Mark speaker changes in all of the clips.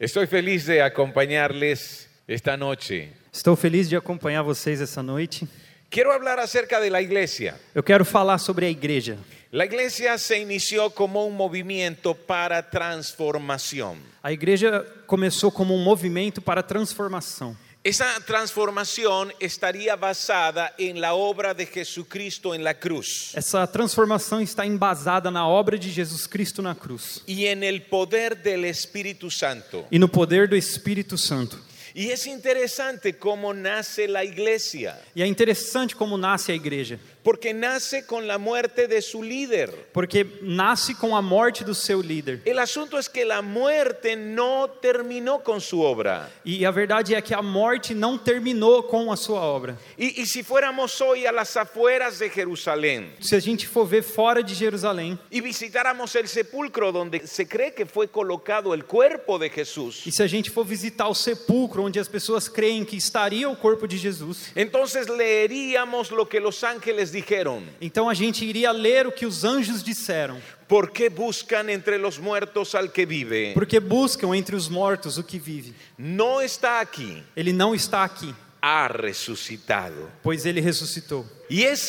Speaker 1: Estoy feliz de acompañarles esta noche.
Speaker 2: Estou feliz de acompanhar vocês essa noite.
Speaker 1: Quiero hablar acerca de la iglesia.
Speaker 2: Eu quero falar sobre a igreja.
Speaker 1: La iglesia se inició como un movimiento para transformación.
Speaker 2: A igreja começou como um movimento para transformação.
Speaker 1: Esa transformación estaría basada en la obra de Jesucristo en la cruz
Speaker 2: Essa transformação está embasada na obra de Jesus Cristo na cruz
Speaker 1: y en el poder del Espíritu Santo.
Speaker 2: e no poder do Espírito Santo.
Speaker 1: Y es interesante cómo nace la iglesia,
Speaker 2: E é interessante como nasce a igreja,
Speaker 1: porque nace con la muerte de su líder.
Speaker 2: porque nasce com a morte do seu líder.
Speaker 1: El asunto es que la muerte no terminó con su obra.
Speaker 2: E a verdade é que a morte não terminou com a sua obra.
Speaker 1: Y, y si fuéramos hoy a las afueras de Jerusalén
Speaker 2: Se a gente for ver fora de Jerusalém
Speaker 1: y visitáramos el sepulcro donde se cree que fue colocado el cuerpo de
Speaker 2: e
Speaker 1: Jesús,
Speaker 2: se a gente for visitar o sepulcro onde as pessoas creem que estaria o corpo de Jesus,
Speaker 1: entonces leeríamos lo que los ángeles dijeron.
Speaker 2: Então a gente iria ler o que os anjos disseram,
Speaker 1: ¿Por qué buscan entre los muertos al que vive?
Speaker 2: porque buscam entre os mortos o que vive.
Speaker 1: No está aquí,
Speaker 2: Ele não está aqui,
Speaker 1: ha resucitado.
Speaker 2: pois ele ressuscitou.
Speaker 1: Y es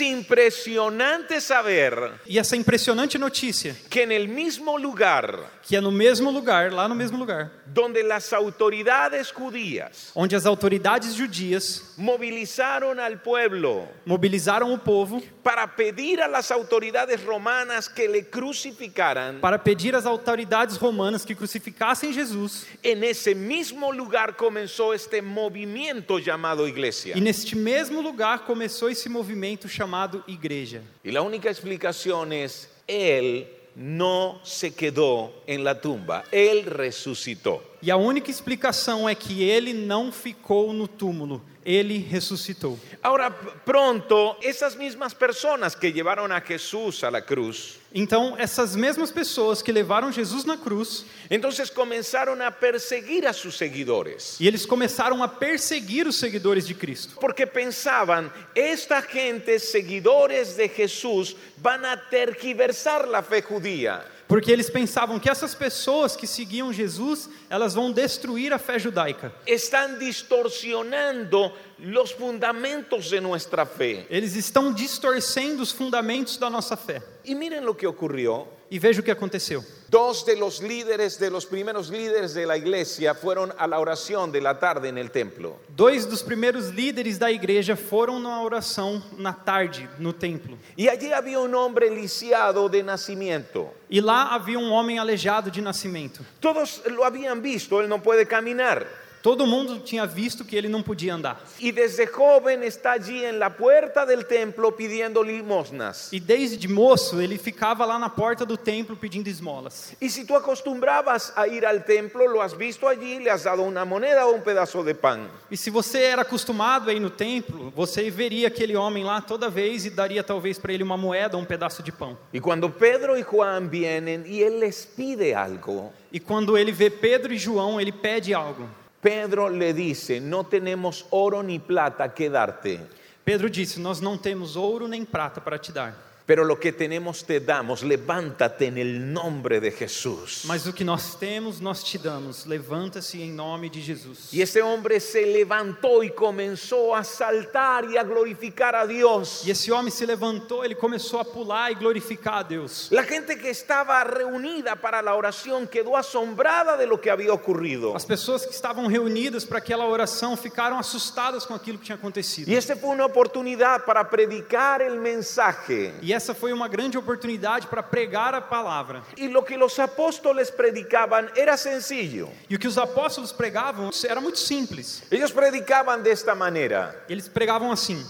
Speaker 1: impresionante saber
Speaker 2: E essa impressionante notícia,
Speaker 1: que en el mismo lugar
Speaker 2: que é no mesmo lugar, lá no mesmo lugar,
Speaker 1: donde las autoridades judías
Speaker 2: onde as autoridades judias
Speaker 1: movilizaron al pueblo
Speaker 2: mobilizaram o povo
Speaker 1: para pedir a las autoridades romanas que le crucificaran,
Speaker 2: para pedir às autoridades romanas que crucificassem Jesus,
Speaker 1: en ese mismo lugar comenzó este movimiento llamado iglesia.
Speaker 2: e neste mesmo lugar começou esse movimento chamado igreja.
Speaker 1: Y la única explicación es, Él no se quedó en la tumba, Él resucitó.
Speaker 2: E a única explicação é que ele não ficou no túmulo, ele ressuscitou.
Speaker 1: Ahora p- pronto, esas mismas personas que llevaron a Jesús a la cruz,
Speaker 2: Então, essas mesmas pessoas que levaram Jesus na cruz,
Speaker 1: entonces comenzaron a perseguir a sus seguidores.
Speaker 2: e eles começaram a perseguir os seguidores de Cristo,
Speaker 1: Porque pensaban, esta gente, seguidores de Jesús, van a tergiversar la fe judía.
Speaker 2: porque eles pensavam que essas pessoas que seguiam Jesus, elas vão destruir a fé judaica.
Speaker 1: Están distorsionando los fundamentos de nuestra fe.
Speaker 2: Eles estão distorcendo os fundamentos da nossa fé.
Speaker 1: Y miren lo que ocurrió.
Speaker 2: E veja o que aconteceu.
Speaker 1: Dos de los líderes, de los primeros líderes de la iglesia, fueron a la oración de la tarde en el templo.
Speaker 2: Dois dos primeiros líderes da igreja foram numa oração na tarde, no templo.
Speaker 1: Y allí había un hombre lisiado de nacimiento.
Speaker 2: E lá havia um homem aleijado de nascimento.
Speaker 1: Todos lo habían visto, él no puede caminar.
Speaker 2: Todo mundo tinha visto que ele não podia andar.
Speaker 1: Y desde joven está allí en la puerta del templo pidiendo limosnas.
Speaker 2: E desde moço ele ficava lá na porta do templo pedindo esmolas.
Speaker 1: Y si tú acostumbrabas a ir al templo, lo has visto allí, le has dado una moneda o un pedazo de pan.
Speaker 2: E se você era acostumado a ir no templo, você veria aquele homem lá toda vez e daria talvez para ele uma moeda ou um pedaço de pão.
Speaker 1: Y cuando Pedro y Juan vienen y él les pide algo,
Speaker 2: E quando ele vê Pedro e João, ele pede algo.
Speaker 1: Pedro le dice, no tenemos oro ni plata que darte,
Speaker 2: Pedro disse: Nós não temos ouro nem prata para te dar,
Speaker 1: pero lo que tenemos te damos, levántate en el nombre de Jesús.
Speaker 2: mas o que nós temos, nós te damos. Levanta-se em nome de Jesus.
Speaker 1: Y ese hombre se levantó y comenzó a saltar y a glorificar a Dios.
Speaker 2: E esse homem se levantou, ele começou a pular e glorificar a Deus.
Speaker 1: La gente que estaba reunida para la oración quedó asombrada de lo que había ocurrido.
Speaker 2: As pessoas que estavam reunidas para aquela oração ficaram assustadas com aquilo que tinha acontecido.
Speaker 1: Y esta fue una oportunidad para predicar el mensaje.
Speaker 2: E essa foi uma grande oportunidade para pregar a palavra.
Speaker 1: Y lo que los apóstoles predicaban era sencillo.
Speaker 2: E o que os apóstolos pregavam era muito simples.
Speaker 1: Ellos predicaban de esta manera.
Speaker 2: Eles pregavam assim: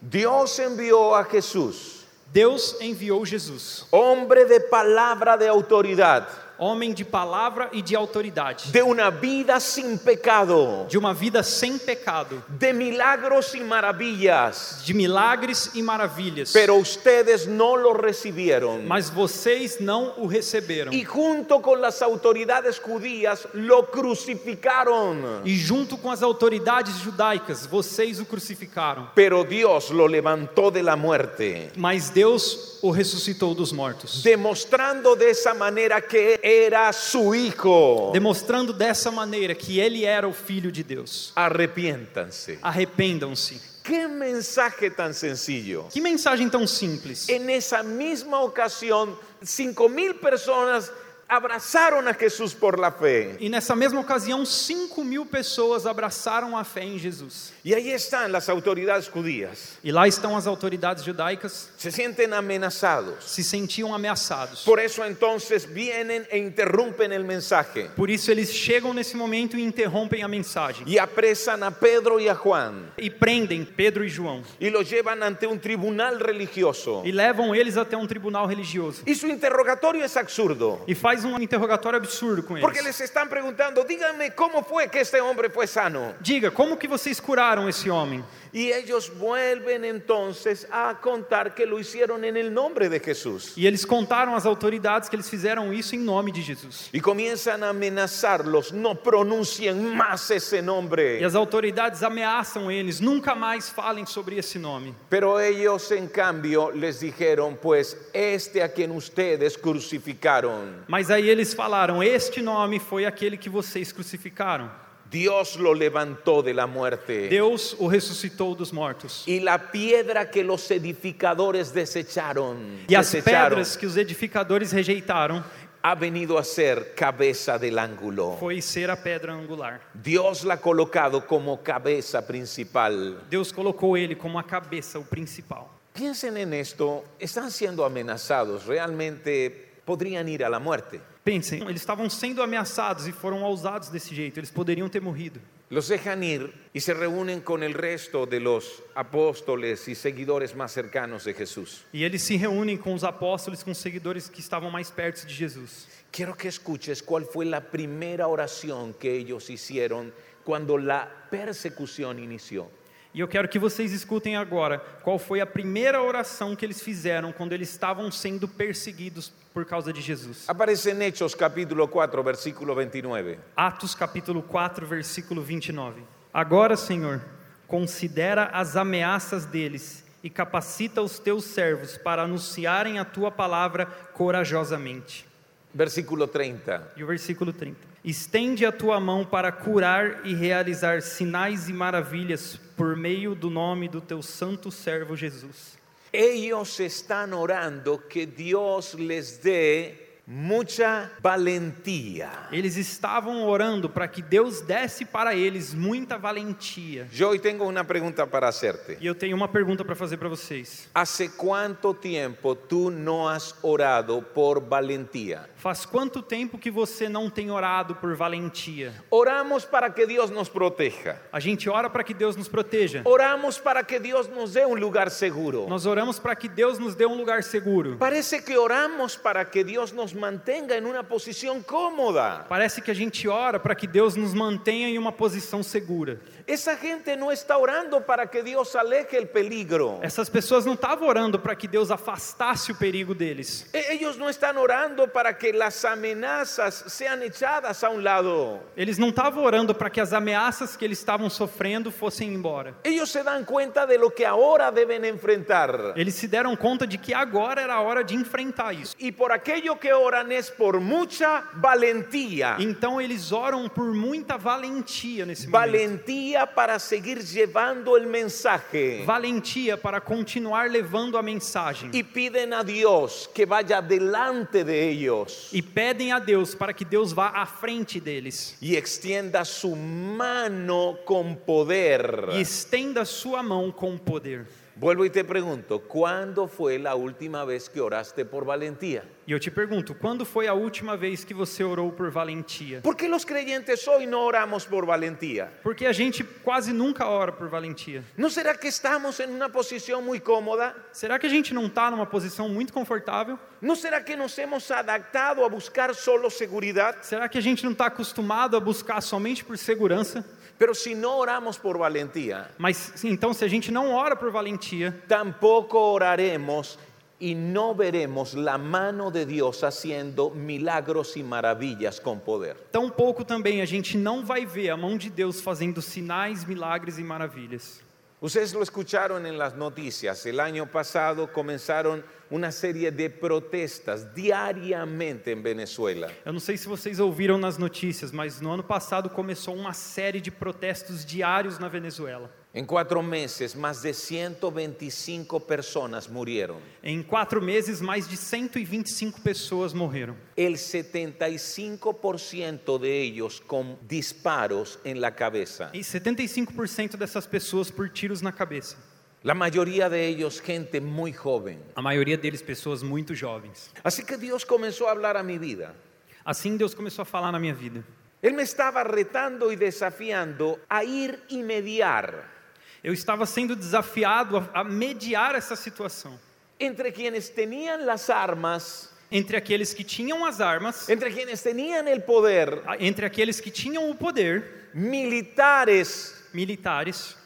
Speaker 1: Dios envió a Jesús,
Speaker 2: Deus enviou Jesus,
Speaker 1: hombre de palabra de autoridad,
Speaker 2: homem de palavra e de autoridade,
Speaker 1: de una vida sin pecado,
Speaker 2: de uma vida sem pecado,
Speaker 1: de milagros y maravillas.
Speaker 2: de milagres e maravilhas.
Speaker 1: Pero ustedes no lo recibieron.
Speaker 2: Mas vocês não o receberam.
Speaker 1: Y junto con las autoridades judías lo crucificaron.
Speaker 2: E junto com as autoridades judaicas, vocês o crucificaram.
Speaker 1: Pero Dios lo levantó de la muerte,
Speaker 2: Mas Deus o ressuscitou dos mortos,
Speaker 1: demostrando de esa manera que era su hijo.
Speaker 2: demonstrando dessa maneira que ele era o filho de Deus.
Speaker 1: Arrepiéntanse.
Speaker 2: Arrependam-se.
Speaker 1: Qué mensaje tan sencillo.
Speaker 2: Que mensagem tão simples.
Speaker 1: En esa misma ocasión, cinco mil personas abrazaron a Jesús por la fe.
Speaker 2: E nessa mesma ocasião, 5 mil pessoas abraçaram a fé em Jesus.
Speaker 1: Y ahí están las autoridades judías.
Speaker 2: E lá estão as autoridades judaicas,
Speaker 1: Se sienten amenazados.
Speaker 2: se sentiam ameaçados.
Speaker 1: Por eso entonces vienen e interrumpen el mensaje
Speaker 2: Por isso, eles chegam nesse momento e interrompem a mensagem.
Speaker 1: y apresan a Pedro y a Juan
Speaker 2: E prendem Pedro e João.
Speaker 1: y los llevan ante un tribunal religioso.
Speaker 2: E levam eles até um tribunal religioso.
Speaker 1: Y su interrogatorio es absurdo.
Speaker 2: E faz um interrogatório absurdo com
Speaker 1: Porque
Speaker 2: eles.
Speaker 1: les están preguntando, díganme cómo fue que este hombre fue sano.
Speaker 2: Diga, como que vocês curaram esse homem?
Speaker 1: Y ellos vuelven entonces a contar que lo hicieron en el nombre de Jesús.
Speaker 2: E eles contaram às autoridades que eles fizeram isso em nome de Jesus.
Speaker 1: Y comienzan a amenazarlos, no pronuncien más ese
Speaker 2: E
Speaker 1: nombre.
Speaker 2: as autoridades ameaçam eles, nunca mais falem sobre esse nome.
Speaker 1: Pero ellos en cambio les dijeron, pues este a quien ustedes crucificaron,
Speaker 2: Mas aí eles falaram: Este nome foi aquele que vocês crucificaram.
Speaker 1: Dios lo levantó de la muerte.
Speaker 2: Deus o ressuscitou dos mortos.
Speaker 1: Y la piedra que los edificadores desecharon,
Speaker 2: E as
Speaker 1: desecharon,
Speaker 2: pedras que os edificadores rejeitaram
Speaker 1: ha venido a ser cabeza del ángulo.
Speaker 2: foi ser a pedra angular.
Speaker 1: Dios la ha colocado como cabeza principal.
Speaker 2: Deus colocou ele como a cabeça, o principal.
Speaker 1: Piensen en esto, están siendo amenazados, realmente podrían ir a la muerte.
Speaker 2: Pensem, eles estavam sendo ameaçados e foram ousados desse jeito, eles poderiam ter morrido.
Speaker 1: Los dejan ir y se reúnen con el resto de los apóstoles y seguidores más cercanos de Jesús.
Speaker 2: E eles se reúnem com os apóstolos, com os seguidores que estavam mais perto de Jesus.
Speaker 1: Quiero que escuches cuál fue la primera oración que ellos hicieron cuando la persecución inició.
Speaker 2: E eu quero que vocês escutem agora qual foi a primeira oração que eles fizeram quando eles estavam sendo perseguidos por causa de Jesus.
Speaker 1: Aparece en Hechos capítulo 4, versículo 29.
Speaker 2: Atos capítulo 4, versículo 29. Agora, Senhor, considera as ameaças deles e capacita os teus servos para anunciarem a tua palavra corajosamente.
Speaker 1: Versículo 30.
Speaker 2: E o versículo 30. Estende a tua mão para curar e realizar sinais e maravilhas por meio do nome do teu santo servo Jesus.
Speaker 1: Ellos están orando que Dios les dé mucha valentía.
Speaker 2: Eles estavam orando para que Deus desse para eles muita valentia.
Speaker 1: Yo hoy tengo una pregunta para hacerte.
Speaker 2: E eu tenho uma pergunta para fazer para vocês.
Speaker 1: ¿Hace cuánto tiempo tú no has orado por valentía?
Speaker 2: Faz quanto tempo que você não tem orado por valentia?
Speaker 1: Oramos para que Dios nos proteja.
Speaker 2: A gente ora para que Deus nos proteja.
Speaker 1: Oramos para que Dios nos dé un lugar seguro.
Speaker 2: Nós oramos para que Deus nos dê um lugar seguro.
Speaker 1: Parece que oramos para que Dios nos mantenga en una posición cómoda.
Speaker 2: Parece que a gente ora para que Deus nos mantenha em uma posição segura.
Speaker 1: Esa gente no está orando para que Dios aleje el peligro.
Speaker 2: Essas pessoas não estavam orando para que Deus afastasse o perigo deles.
Speaker 1: E- Ellos no están orando para que las amenazas sean echadas a un lado.
Speaker 2: Eles não estavam orando para que as ameaças que eles estavam sofrendo fossem embora.
Speaker 1: Ellos se dan cuenta de lo que ahora deben enfrentar.
Speaker 2: Eles se deram conta de que agora era a hora de enfrentar isso.
Speaker 1: Y por aquello que oran es por mucha valentía.
Speaker 2: Então eles oram por muita valentia nesse momento.
Speaker 1: Valentía para seguir llevando el mensaje.
Speaker 2: Valentia para continuar levando a mensagem.
Speaker 1: Y piden a Dios que vaya delante de ellos
Speaker 2: E pedem a Deus para que Deus vá à frente deles.
Speaker 1: y extienda su mano con
Speaker 2: E
Speaker 1: poder.
Speaker 2: estenda sua mão com poder.
Speaker 1: Vuelvo y te pregunto, ¿cuándo fue la última vez que oraste por valentía?
Speaker 2: E eu te pergunto, quando foi a última vez que você orou por valentia?
Speaker 1: ¿Por qué los creyentes hoy no oramos por valentía?
Speaker 2: Porque a gente quase nunca ora por valentia.
Speaker 1: ¿No será que estamos en una posición muy cómoda?
Speaker 2: Será que a gente não está numa posição muito confortável?
Speaker 1: ¿No será que nos hemos adaptado a buscar solo seguridad?
Speaker 2: Será que a gente não está acostumado a buscar somente por segurança?
Speaker 1: Pero si no oramos por valentía,
Speaker 2: Mas sim, então, se a gente não ora por valentia,
Speaker 1: tampoco oraremos y no veremos la mano de Dios haciendo milagros y maravillas con poder.
Speaker 2: tampouco também a gente não vai ver a mão de Deus fazendo sinais, milagres e maravilhas.
Speaker 1: Ustedes lo escucharon en las noticias. El año pasado comenzaron una serie de protestas diariamente en Venezuela.
Speaker 2: Eu não sei se vocês ouviram nas notícias, mas no ano passado começou uma série de protestos diários na Venezuela.
Speaker 1: En cuatro meses, más de 125 personas murieron.
Speaker 2: Em quatro meses, mais de 125 pessoas morreram.
Speaker 1: El 75% de ellos con disparos en la cabeza.
Speaker 2: E 75% dessas pessoas por tiros na cabeça.
Speaker 1: La mayoría de ellos gente muy joven.
Speaker 2: A maioria deles, pessoas muito jovens.
Speaker 1: Así que Dios comenzó a hablar a mi vida.
Speaker 2: Assim Deus começou a falar na minha vida.
Speaker 1: Él me estaba retando y desafiando a ir y mediar
Speaker 2: Eu estava sendo desafiado a, a mediar essa situação
Speaker 1: entre quienes tenían las armas,
Speaker 2: entre aqueles que tinham as armas,
Speaker 1: entre quienes tenían el poder,
Speaker 2: a- entre aqueles que tinham o poder,
Speaker 1: militares
Speaker 2: militares,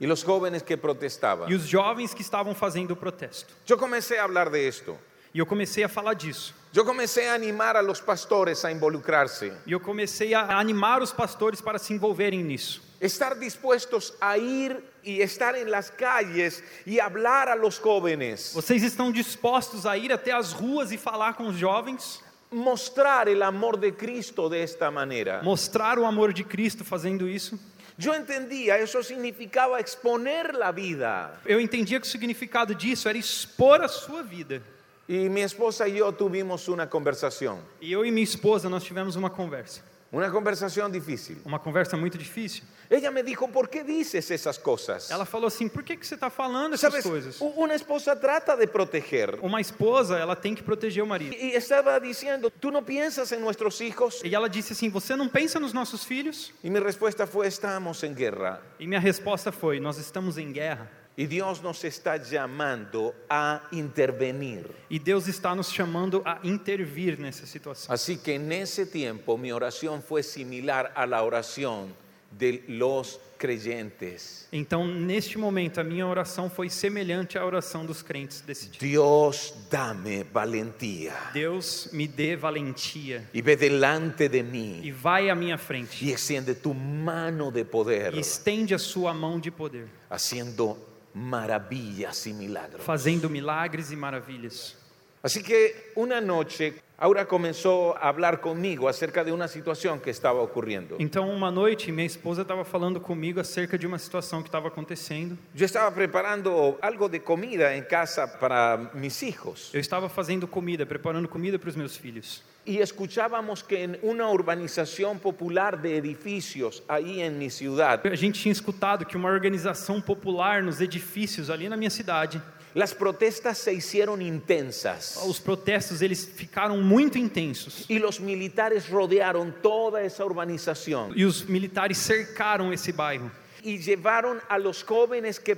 Speaker 1: y los jóvenes que protestaban.
Speaker 2: e os jovens que estavam fazendo o protesto.
Speaker 1: Yo comencé a hablar de esto.
Speaker 2: E eu comecei a falar disso.
Speaker 1: Yo comencé a animar a los pastores a involucrarse,
Speaker 2: E eu comecei a animar os pastores para se envolverem nisso.
Speaker 1: estar dispuestos a ir y estar en las calles y hablar a los jóvenes,
Speaker 2: Vocês estão dispostos a ir até as ruas e falar com os jovens?
Speaker 1: mostrar el amor de Cristo de esta manera.
Speaker 2: Mostrar o amor de Cristo fazendo isso?
Speaker 1: Yo entendía, eso significaba exponer la vida.
Speaker 2: Eu entendia que o significado disso era expor a sua vida.
Speaker 1: Y mi esposa y yo tuvimos una conversación,
Speaker 2: E eu e minha esposa nós tivemos uma conversa,
Speaker 1: una conversación difícil.
Speaker 2: uma conversa muito difícil.
Speaker 1: Ella me dijo, ¿por qué dices esas cosas?
Speaker 2: Ela falou assim: "Por que que você está falando essas
Speaker 1: Sabes,
Speaker 2: coisas?"
Speaker 1: u- una esposa trata de proteger.
Speaker 2: Uma esposa, ela tem que proteger o marido.
Speaker 1: Y y estaba diciendo, ¿tú no piensas en nuestros hijos?
Speaker 2: E ela disse assim: "Você não pensa nos nossos filhos?"
Speaker 1: Y mi respuesta fue, estamos en guerra.
Speaker 2: E minha resposta foi: "Nós estamos em guerra
Speaker 1: Y Dios nos está llamando a intervenir.
Speaker 2: e Deus está nos chamando a intervir nessa situação."
Speaker 1: Así que en ese tiempo mi oración fue similar a la oración de los creyentes.
Speaker 2: Então, neste momento, a minha oração foi semelhante à oração dos crentes desse dia.
Speaker 1: Dios, dame valentía
Speaker 2: Deus me dê valentia
Speaker 1: y ve delante de
Speaker 2: e
Speaker 1: mí
Speaker 2: vai à minha frente
Speaker 1: y extiende tu mano de poder
Speaker 2: e estende a sua mão de poder,
Speaker 1: haciendo maravillas y milagros.
Speaker 2: fazendo milagres e maravilhas.
Speaker 1: Así que una noche Aura comenzó a hablar conmigo acerca de una situación que estaba ocurriendo.
Speaker 2: Então, uma noite, minha esposa estava falando comigo acerca de uma situação que estava acontecendo.
Speaker 1: Yo estaba preparando algo de comida en casa para mis hijos
Speaker 2: Eu estava fazendo comida, preparando comida para os meus filhos.
Speaker 1: y escuchábamos que en una urbanización popular de edificios ahí en mi ciudad,
Speaker 2: A gente tinha escutado que uma organização popular nos edifícios ali na minha cidade,
Speaker 1: las protestas se hicieron intensas
Speaker 2: os protestos eles ficaram muito intensos.
Speaker 1: y los militares rodearon toda esa urbanización
Speaker 2: E os militares cercaram esse bairro
Speaker 1: y llevaron a los jóvenes que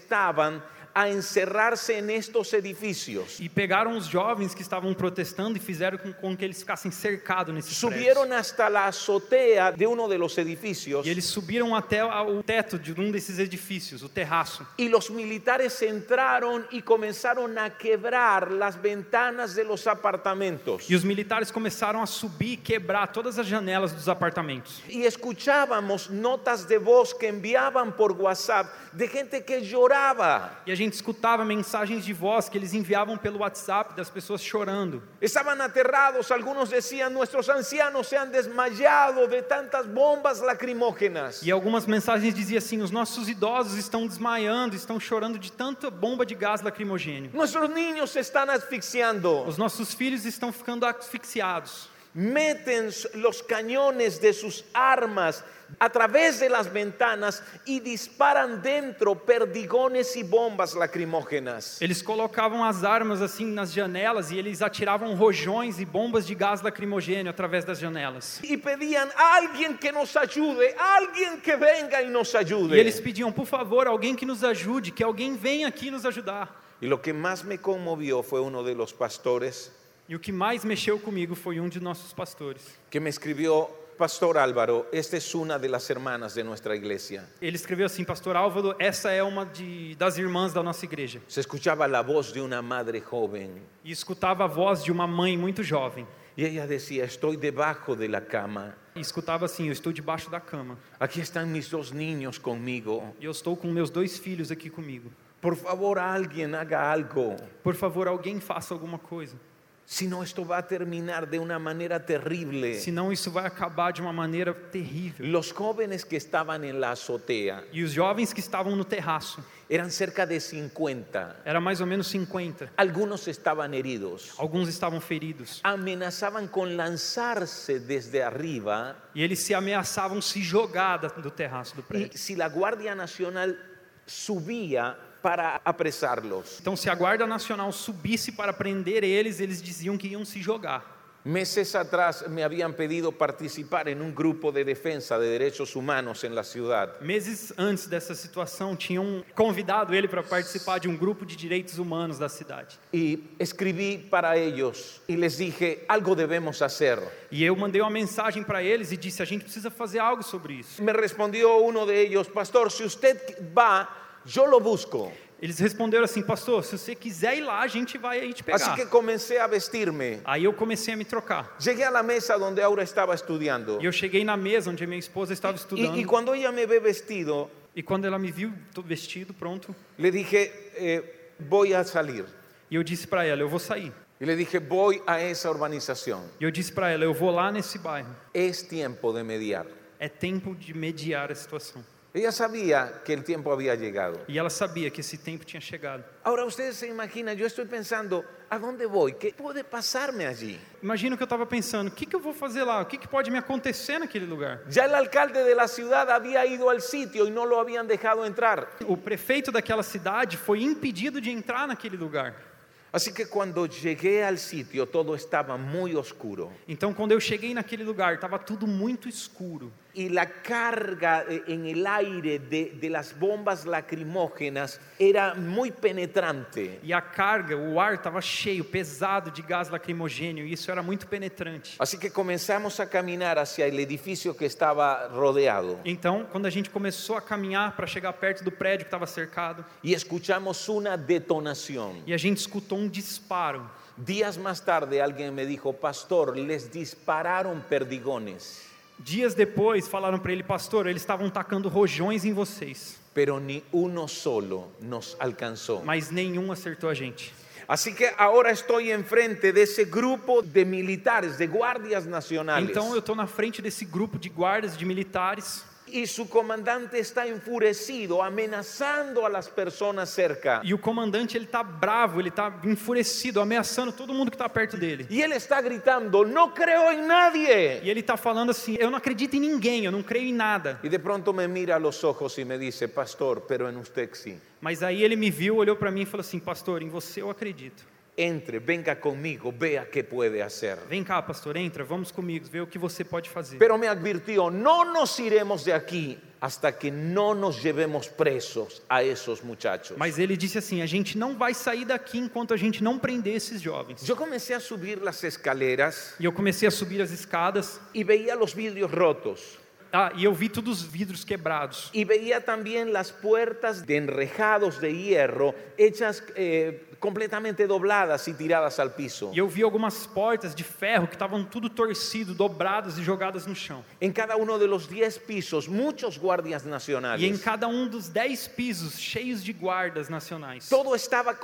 Speaker 1: protestaban a encerrarse en estos edificios.
Speaker 2: e pegaram os jovens que estavam protestando e fizeram com, com que eles ficassem cercados nesses prédios.
Speaker 1: Subieron hasta la azotea de uno de los edificios
Speaker 2: E eles subiram até a- o teto de um desses edifícios, o terraço.
Speaker 1: Y los militares entraron y comenzaron a quebrar las ventanas de los apartamentos.
Speaker 2: E os militares começaram a subir e quebrar todas as janelas dos apartamentos.
Speaker 1: Y escuchábamos notas de voz que enviaban por WhatsApp de gente que lloraba.
Speaker 2: E a gente escutava mensagens de voz que eles enviavam pelo WhatsApp das pessoas chorando.
Speaker 1: Estaban aterrados, algunos decían, nuestros ancianos se han desmayado de tantas bombas lacrimógenas.
Speaker 2: E algumas mensagens diziam assim: os nossos idosos estão desmaiando, estão chorando de tanta bomba de gás lacrimogêneo.
Speaker 1: Nuestros niños se están asfixiando.
Speaker 2: Os nossos filhos estão ficando asfixiados.
Speaker 1: Meten los cañones de sus armas a través de las ventanas y disparan dentro perdigones y bombas lacrimógenas.
Speaker 2: Eles colocavam as armas assim nas janelas e eles atiravam rojões e bombas de gás lacrimogêneo através das janelas.
Speaker 1: Y pedían a alguien que nos ayude, alguien que venga y nos
Speaker 2: E eles
Speaker 1: ayude.
Speaker 2: pediam, por favor, alguém que nos ajude, que alguém venha aqui nos ajudar.
Speaker 1: Y lo que más me conmovió fue uno de los pastores
Speaker 2: E o que mais mexeu comigo foi um de nossos pastores.
Speaker 1: que me escribió, Pastor Álvaro, esta es una de las hermanas de nuestra iglesia.
Speaker 2: Ele escreveu assim, Pastor Álvaro, essa é uma de, das irmãs da nossa igreja.
Speaker 1: Se escuchaba la voz de una madre joven
Speaker 2: E escutava a voz de uma mãe muito jovem.
Speaker 1: y ella decía, estoy debajo de la cama
Speaker 2: E escutava assim: Eu estou debaixo da cama.
Speaker 1: Aquí están mis dos niños conmigo.
Speaker 2: E eu estou com meus dois filhos aqui comigo.
Speaker 1: Por favor, alguien haga algo.
Speaker 2: Por favor, alguém faça alguma coisa.
Speaker 1: Si no, esto va a terminar de una manera terrible.
Speaker 2: Senão isso vai acabar de uma maneira terrível.
Speaker 1: Los jóvenes que estaban en la azotea
Speaker 2: E os jovens que estavam no terraço,
Speaker 1: eran cerca de 50.
Speaker 2: era mais ou menos 50.
Speaker 1: Algunos estaban heridos.
Speaker 2: Alguns estavam feridos.
Speaker 1: Amenazaban con lanzarse desde arriba
Speaker 2: E eles se ameaçavam se jogar da- do terraço do
Speaker 1: y
Speaker 2: prédio.
Speaker 1: si la Guardia Nacional subía para apresarlos.
Speaker 2: Então, se a Guarda Nacional subisse para prender eles, eles diziam que iam se jogar.
Speaker 1: Meses atrás me habían pedido participar en un grupo de defensa de derechos humanos en la ciudad.
Speaker 2: Meses antes dessa situação, tinham convidado ele para participar de um grupo de direitos humanos da cidade.
Speaker 1: Y escribí para ellos y les dije, algo debemos hacer.
Speaker 2: E eu mandei uma mensagem para eles e disse: a gente precisa fazer algo sobre isso.
Speaker 1: Me respondió uno de ellos, pastor, si usted va, yo lo busco.
Speaker 2: Eles responderam assim: Pastor, se você quiser ir lá, a gente vai aí te
Speaker 1: Así
Speaker 2: pegar.
Speaker 1: que comencé a vestirme.
Speaker 2: Aí eu comecei a me trocar.
Speaker 1: Llegué a la mesa donde Aura estaba estudiando.
Speaker 2: E eu cheguei na mesa onde a minha esposa estava
Speaker 1: Y,
Speaker 2: estudando.
Speaker 1: y cuando ella me ve vestido,
Speaker 2: E quando ela me viu tô vestido, pronto,
Speaker 1: le dije, eh, voy a salir.
Speaker 2: e eu disse para ela: Eu vou sair.
Speaker 1: Y le dije, voy a esa urbanización.
Speaker 2: E eu disse para ela: Eu vou lá nesse bairro.
Speaker 1: Es tiempo de mediar.
Speaker 2: É tempo de mediar a situação.
Speaker 1: Ella sabía que el tiempo había llegado.
Speaker 2: E ela sabia que esse tempo tinha chegado.
Speaker 1: Ahora ustedes se imaginan, yo estoy pensando, ¿a dónde voy? ¿Qué puede pasarme allí?
Speaker 2: Imagina o que eu estava pensando: o que, que eu vou fazer lá? O que, que pode me acontecer naquele lugar?
Speaker 1: Ya el alcalde de la ciudad había ido al sitio y no lo habían dejado entrar.
Speaker 2: O prefeito daquela cidade foi impedido de entrar naquele lugar.
Speaker 1: Así que cuando llegué al sitio todo estaba muy oscuro
Speaker 2: Então, quando eu cheguei naquele lugar, estava tudo muito escuro.
Speaker 1: y la carga eh, en el aire de, de las bombas lacrimógenas era muy penetrante.
Speaker 2: E a carga, o ar estava cheio, pesado de gás lacrimogênio, e isso era muito penetrante.
Speaker 1: Así que comenzamos a caminar hacia el edificio que estaba rodeado
Speaker 2: Então, quando a gente começou a caminhar para chegar perto do prédio que estava cercado,
Speaker 1: y escuchamos una detonación.
Speaker 2: e a gente escutou um disparo.
Speaker 1: Días más tarde alguien me dijo, pastor, les dispararon perdigones,
Speaker 2: Dias depois, falaram para ele, pastor, eles estavam tacando rojões em vocês,
Speaker 1: pero ni uno solo nos alcanzou.
Speaker 2: mas nenhum acertou a gente.
Speaker 1: Así que ahora estoy enfrente de ese grupo de militares, de guardias nacionales.
Speaker 2: Então, eu estou na frente desse grupo de guardas, de militares,
Speaker 1: Y su comandante está enfurecido, amenazando a las personas cerca.
Speaker 2: e o comandante ele está bravo, ele está enfurecido, ameaçando todo mundo que está perto dele.
Speaker 1: Y él está gritando, no creo en nadie.
Speaker 2: E ele está falando assim, eu não acredito em ninguém, eu não creio em nada.
Speaker 1: Y de pronto me mira a los ojos y me dice, pastor, pero en usted sí.
Speaker 2: Mas aí ele me viu, olhou para mim e falou assim: Pastor, em você eu acredito.
Speaker 1: Entre, venga conmigo, vea qué puede hacer.
Speaker 2: Vem cá, pastor, entra, vamos comigo, vê o que você pode fazer.
Speaker 1: Pero me advirtió, no nos iremos de aquí hasta que no nos llevemos presos a esos muchachos.
Speaker 2: Mas ele disse assim: A gente não vai sair daqui enquanto a gente não prender esses jovens.
Speaker 1: Yo comencé a subir las escaleras
Speaker 2: E eu comecei a subir as escadas,
Speaker 1: y veía los vidrios rotos
Speaker 2: ah, e eu vi todos os vidros quebrados.
Speaker 1: y veía también las puertas de enrejados de hierro hechas eh, completamente dobladas y tiradas al piso.
Speaker 2: E eu vi algumas portas de ferro que estavam tudo torcido, dobradas e jogadas no chão.
Speaker 1: En cada uno de los 10 pisos, muchos guardias
Speaker 2: E em
Speaker 1: nacionales.
Speaker 2: cada um dos dez pisos, cheios de guardas nacionais.
Speaker 1: Todo estaba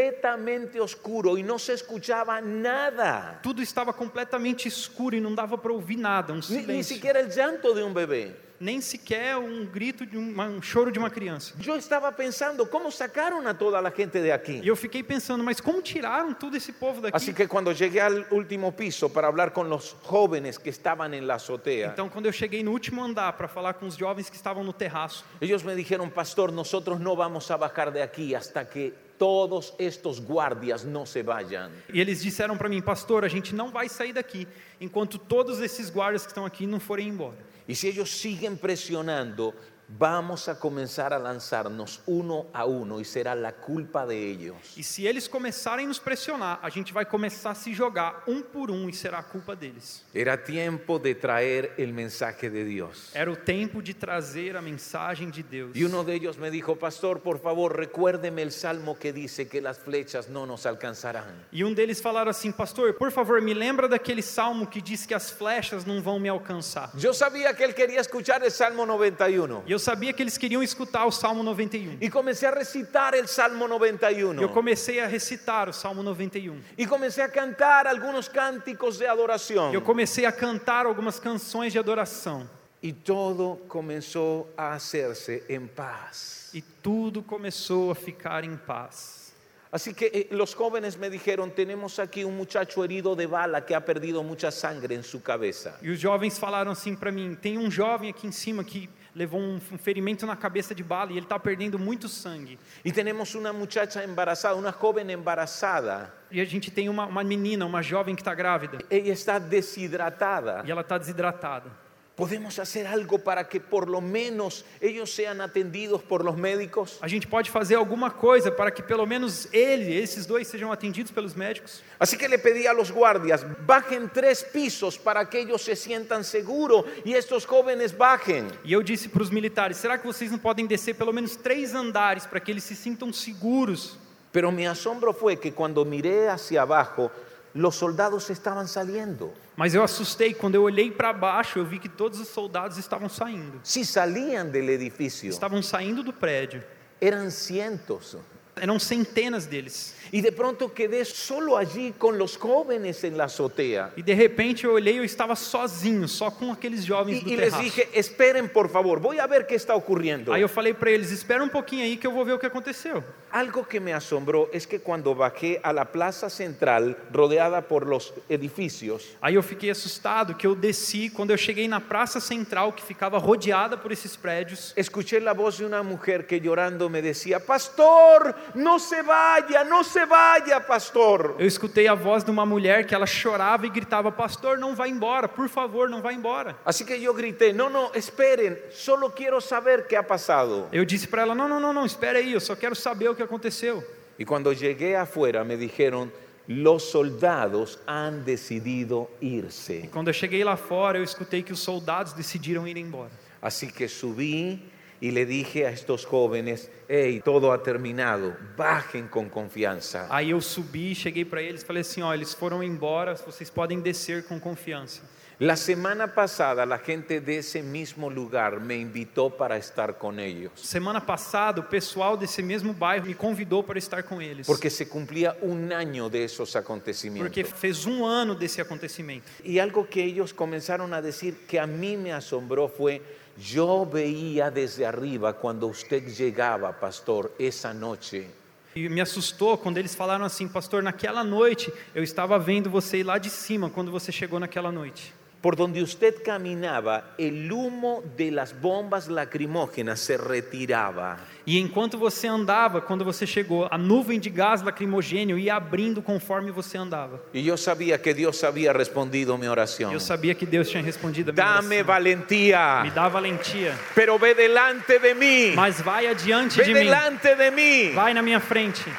Speaker 1: completamente oscuro y no se escuchaba nada.
Speaker 2: Tudo estava completamente escuro e não dava para ouvir nada, um
Speaker 1: Ni, ni
Speaker 2: silêncio.
Speaker 1: siquiera el llanto de un bebé.
Speaker 2: nem sequer um grito de uma, um choro de uma criança.
Speaker 1: Yo estaba pensando, ¿cómo sacaron a toda la gente de
Speaker 2: E
Speaker 1: aquí?
Speaker 2: eu fiquei pensando, mas como tiraram todo esse povo daqui?
Speaker 1: Así Assim que cuando llegué al último piso para hablar con los jóvenes que estaban en la azotea,
Speaker 2: Então, quando eu cheguei no último andar para falar com os jovens que estavam no terraço,
Speaker 1: Ellos me dijeron, pastor, nosotros no vamos a bajar de aquí hasta que todos estos guardias no se vayan.
Speaker 2: e eles disseram para mim, pastor, a gente não vai sair daqui enquanto todos esses guardas que estão aqui não forem embora.
Speaker 1: Y si ellos siguen presionando, vamos a comenzar a lanzarnos uno a uno y será la culpa de ellos.
Speaker 2: E se eles começarem a nos pressionar, a gente vai começar a se jogar um por um e será a culpa deles.
Speaker 1: Era tiempo de traer el mensaje de Dios.
Speaker 2: Era o tempo de trazer a mensagem de Deus.
Speaker 1: Y uno de ellos me dijo, pastor, por favor, recuérdeme el salmo que dice que las flechas no nos alcanzarán.
Speaker 2: E um deles falaram assim: Pastor, por favor, me lembra daquele salmo que diz que as flechas não vão me alcançar.
Speaker 1: Yo sabía que él quería escuchar el Salmo 91.
Speaker 2: E eu sabia que eles queriam escutar o Salmo 91. E
Speaker 1: Y comencé a recitar el Salmo
Speaker 2: eu
Speaker 1: 91.
Speaker 2: comecei a recitar o Salmo 91.
Speaker 1: Y comencé a cantar algunos cánticos de
Speaker 2: E eu
Speaker 1: adoración.
Speaker 2: comecei a cantar algumas canções de adoração.
Speaker 1: Y todo comenzó a hacerse en paz.
Speaker 2: E tudo começou a ficar em paz.
Speaker 1: Así que eh, los jóvenes me dijeron, tenemos aquí un muchacho herido de bala que ha perdido mucha sangre en su cabeza.
Speaker 2: E os jovens falaram assim para mim: Tem um jovem aqui em cima que levou um um ferimento na cabeça de bala e ele está perdendo muito sangue.
Speaker 1: Y tenemos una muchacha embarazada, una joven embarazada.
Speaker 2: E a gente tem uma, uma menina, uma jovem que está grávida
Speaker 1: Ella está deshidratada.
Speaker 2: e ela está desidratada.
Speaker 1: ¿Podemos hacer algo para que por lo menos ellos sean atendidos por los médicos?
Speaker 2: A gente pode fazer alguma coisa para que pelo menos ele, esses dois, sejam atendidos pelos médicos.
Speaker 1: Así que le pedí a los guardias, bajen tres pisos para que ellos se sientan seguros y estos jóvenes bajen.
Speaker 2: E eu disse para os militares: será que vocês não podem descer pelo menos três andares para que eles se sintam seguros?
Speaker 1: Pero mi asombro fue que cuando miré hacia abajo, los soldados estaban saliendo.
Speaker 2: Mas eu assustei quando eu olhei para baixo, eu vi que todos os soldados estavam saindo.
Speaker 1: Si salían del edificio,
Speaker 2: Estavam saindo do prédio.
Speaker 1: eran cientos.
Speaker 2: Eram centenas deles.
Speaker 1: Y de pronto quedé solo allí con los jóvenes en la azotea.
Speaker 2: E de repente eu olhei, eu estava sozinho, só com aqueles jovens do
Speaker 1: Y, y les
Speaker 2: terraço.
Speaker 1: dije, esperen por favor, voy a ver qué está ocurriendo.
Speaker 2: Aí eu falei para eles: espera um pouquinho aí que eu vou ver o que aconteceu.
Speaker 1: Algo que me asombró es que cuando bajé a la plaza central rodeada por los edificios,
Speaker 2: Aí eu fiquei assustado que eu desci quando eu cheguei na praça central que ficava rodeada por esses prédios.
Speaker 1: escuché la voz de una mujer que llorando me decía, pastor, no se vaya, no se vaya, pastor.
Speaker 2: Eu escutei a voz de uma mulher que ela chorava e gritava: "Pastor, não vai embora, por favor, não vai embora".
Speaker 1: Así que yo grité, no, no, esperen, solo quiero saber qué ha pasado.
Speaker 2: Eu disse para ela: "Não, não, não, não, espera aí, eu só quero saber o que aconteceu".
Speaker 1: Y cuando llegué afuera me dijeron, los soldados han decidido irse.
Speaker 2: Quando eu cheguei lá fora, eu escutei que os soldados decidiram ir embora.
Speaker 1: Así que subí y le dije a estos jóvenes, hey, todo ha terminado, bajen con confianza.
Speaker 2: Aí eu subi, cheguei para eles, falei assim: "Ó, eles foram embora, vocês podem descer com confiança".
Speaker 1: La semana pasada la gente de ese mismo lugar me invitó para estar con ellos,
Speaker 2: Semana passada, o pessoal desse mesmo bairro me convidou para estar com eles.
Speaker 1: porque se cumplía un año de esos
Speaker 2: Porque
Speaker 1: acontecimientos.
Speaker 2: fez um ano desse acontecimento.
Speaker 1: Y algo que ellos comenzaron a decir que a mí me asombró fue, yo veía desde arriba cuando usted llegaba, pastor, esa noche.
Speaker 2: E me assustou quando eles falaram assim, pastor, naquela noite eu estava vendo você lá de cima quando você chegou naquela noite.
Speaker 1: Por donde usted caminaba, el humo de las bombas lacrimógenas se retiraba.
Speaker 2: E enquanto você andava, quando você chegou, a nuvem de gás lacrimogênio ia abrindo conforme você andava.
Speaker 1: Y yo sabía que Dios había respondido mi oración.
Speaker 2: Eu sabia que Deus tinha respondido a minha
Speaker 1: Dame
Speaker 2: oração.
Speaker 1: valentía.
Speaker 2: Me dá valentia,
Speaker 1: pero ve delante de mí.
Speaker 2: mas vai adiante
Speaker 1: Ve
Speaker 2: de mim.
Speaker 1: delante de mí.
Speaker 2: Vai na minha frente.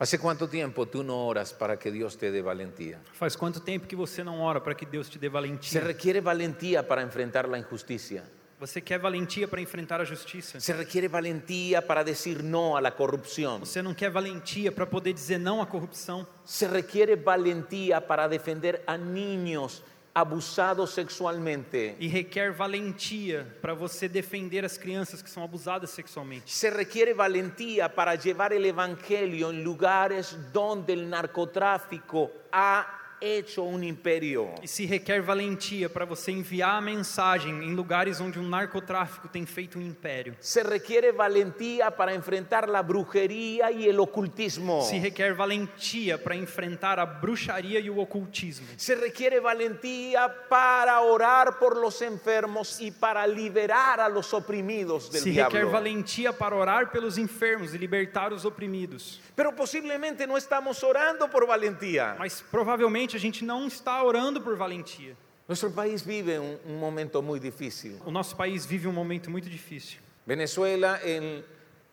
Speaker 1: ¿Hace cuánto tiempo tú no oras para que Dios te dé valentía?
Speaker 2: Faz quanto tempo que você não ora para que Deus te dê
Speaker 1: Se
Speaker 2: valentia?
Speaker 1: requiere valentía para enfrentar la injusticia.
Speaker 2: Você quer valentia para enfrentar a justiça?
Speaker 1: Se requiere valentía para decir no a la corrupción.
Speaker 2: Você não quer valentia para poder dizer não à corrupção?
Speaker 1: Se requiere valentía para defender a niños abusados sexualmente.
Speaker 2: e requer valentia para você defender as crianças que são abusadas sexualmente.
Speaker 1: Se requiere valentía para llevar el evangelio en lugares donde el narcotráfico ha hecho un imperio.
Speaker 2: E se requer valentia para você enviar a mensagem em lugares onde um narcotráfico tem feito um império.
Speaker 1: Se requiere valentía para enfrentar la brujería y el ocultismo.
Speaker 2: Se requer valentia para enfrentar a bruxaria e o ocultismo.
Speaker 1: Se requiere valentía para orar por los enfermos y para liberar a los oprimidos del
Speaker 2: Se requer
Speaker 1: diablo.
Speaker 2: valentia para orar pelos enfermos e libertar os oprimidos.
Speaker 1: Pero posiblemente no estamos orando por valentía.
Speaker 2: Mas provavelmente a gente não está orando por valentia.
Speaker 1: Nuestro país vive un, un momento muy difícil.
Speaker 2: O nosso país vive um momento muito difícil.
Speaker 1: Venezuela, en-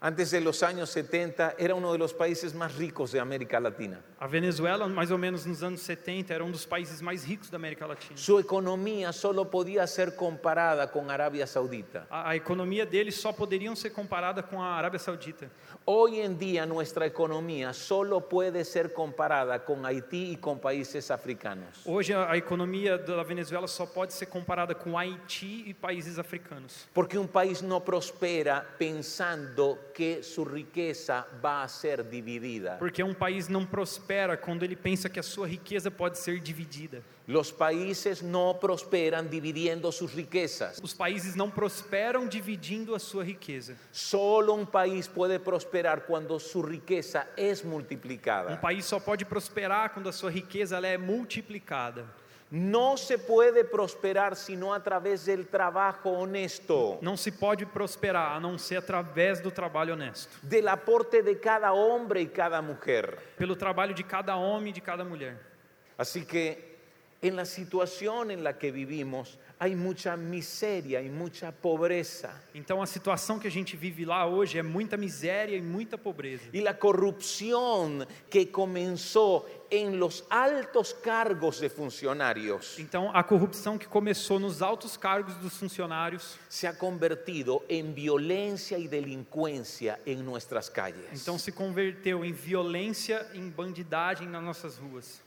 Speaker 1: antes de los años 70, era uno de los países más ricos de América Latina.
Speaker 2: A Venezuela, mais ou menos nos anos 70, era um dos países mais ricos da América Latina.
Speaker 1: Su economía solo podía ser comparada con Arabia Saudita.
Speaker 2: A, a economia deles só poderiam ser comparada com a Arábia Saudita.
Speaker 1: Hoy en día nuestra economía solo puede ser comparada con Haití y con países africanos.
Speaker 2: Hoje a, a economia da Venezuela só pode ser comparada com Haiti e países africanos.
Speaker 1: Porque un país no prospera pensando que su riqueza va a ser dividida.
Speaker 2: Porque um país não prospera quando ele pensa que a sua riqueza pode ser dividida.
Speaker 1: Los países no prosperan dividiendo sus riquezas.
Speaker 2: Os países não prosperam dividindo a sua riqueza.
Speaker 1: Solo un país puede prosperar cuando su riqueza es
Speaker 2: Um
Speaker 1: multiplicada.
Speaker 2: país só pode prosperar quando a sua riqueza ela é multiplicada.
Speaker 1: No se puede prosperar sino a través del trabajo honesto,
Speaker 2: Não se pode prosperar a não ser através do trabalho honesto,
Speaker 1: del aporte de cada hombre y cada mujer.
Speaker 2: pelo trabalho de cada homem e de cada mulher.
Speaker 1: Así que en la situación en la que vivimos hay mucha miseria y mucha pobreza.
Speaker 2: Então a situação que a gente vive lá hoje é muita miséria e muita pobreza.
Speaker 1: Y la corrupción que comenzó en los altos cargos de funcionarios
Speaker 2: Então a corrupção que começou nos altos cargos dos funcionários,
Speaker 1: se ha convertido en violencia y delincuencia en nuestras calles.
Speaker 2: então se converteu em violência, em bandidagem nas nossas ruas.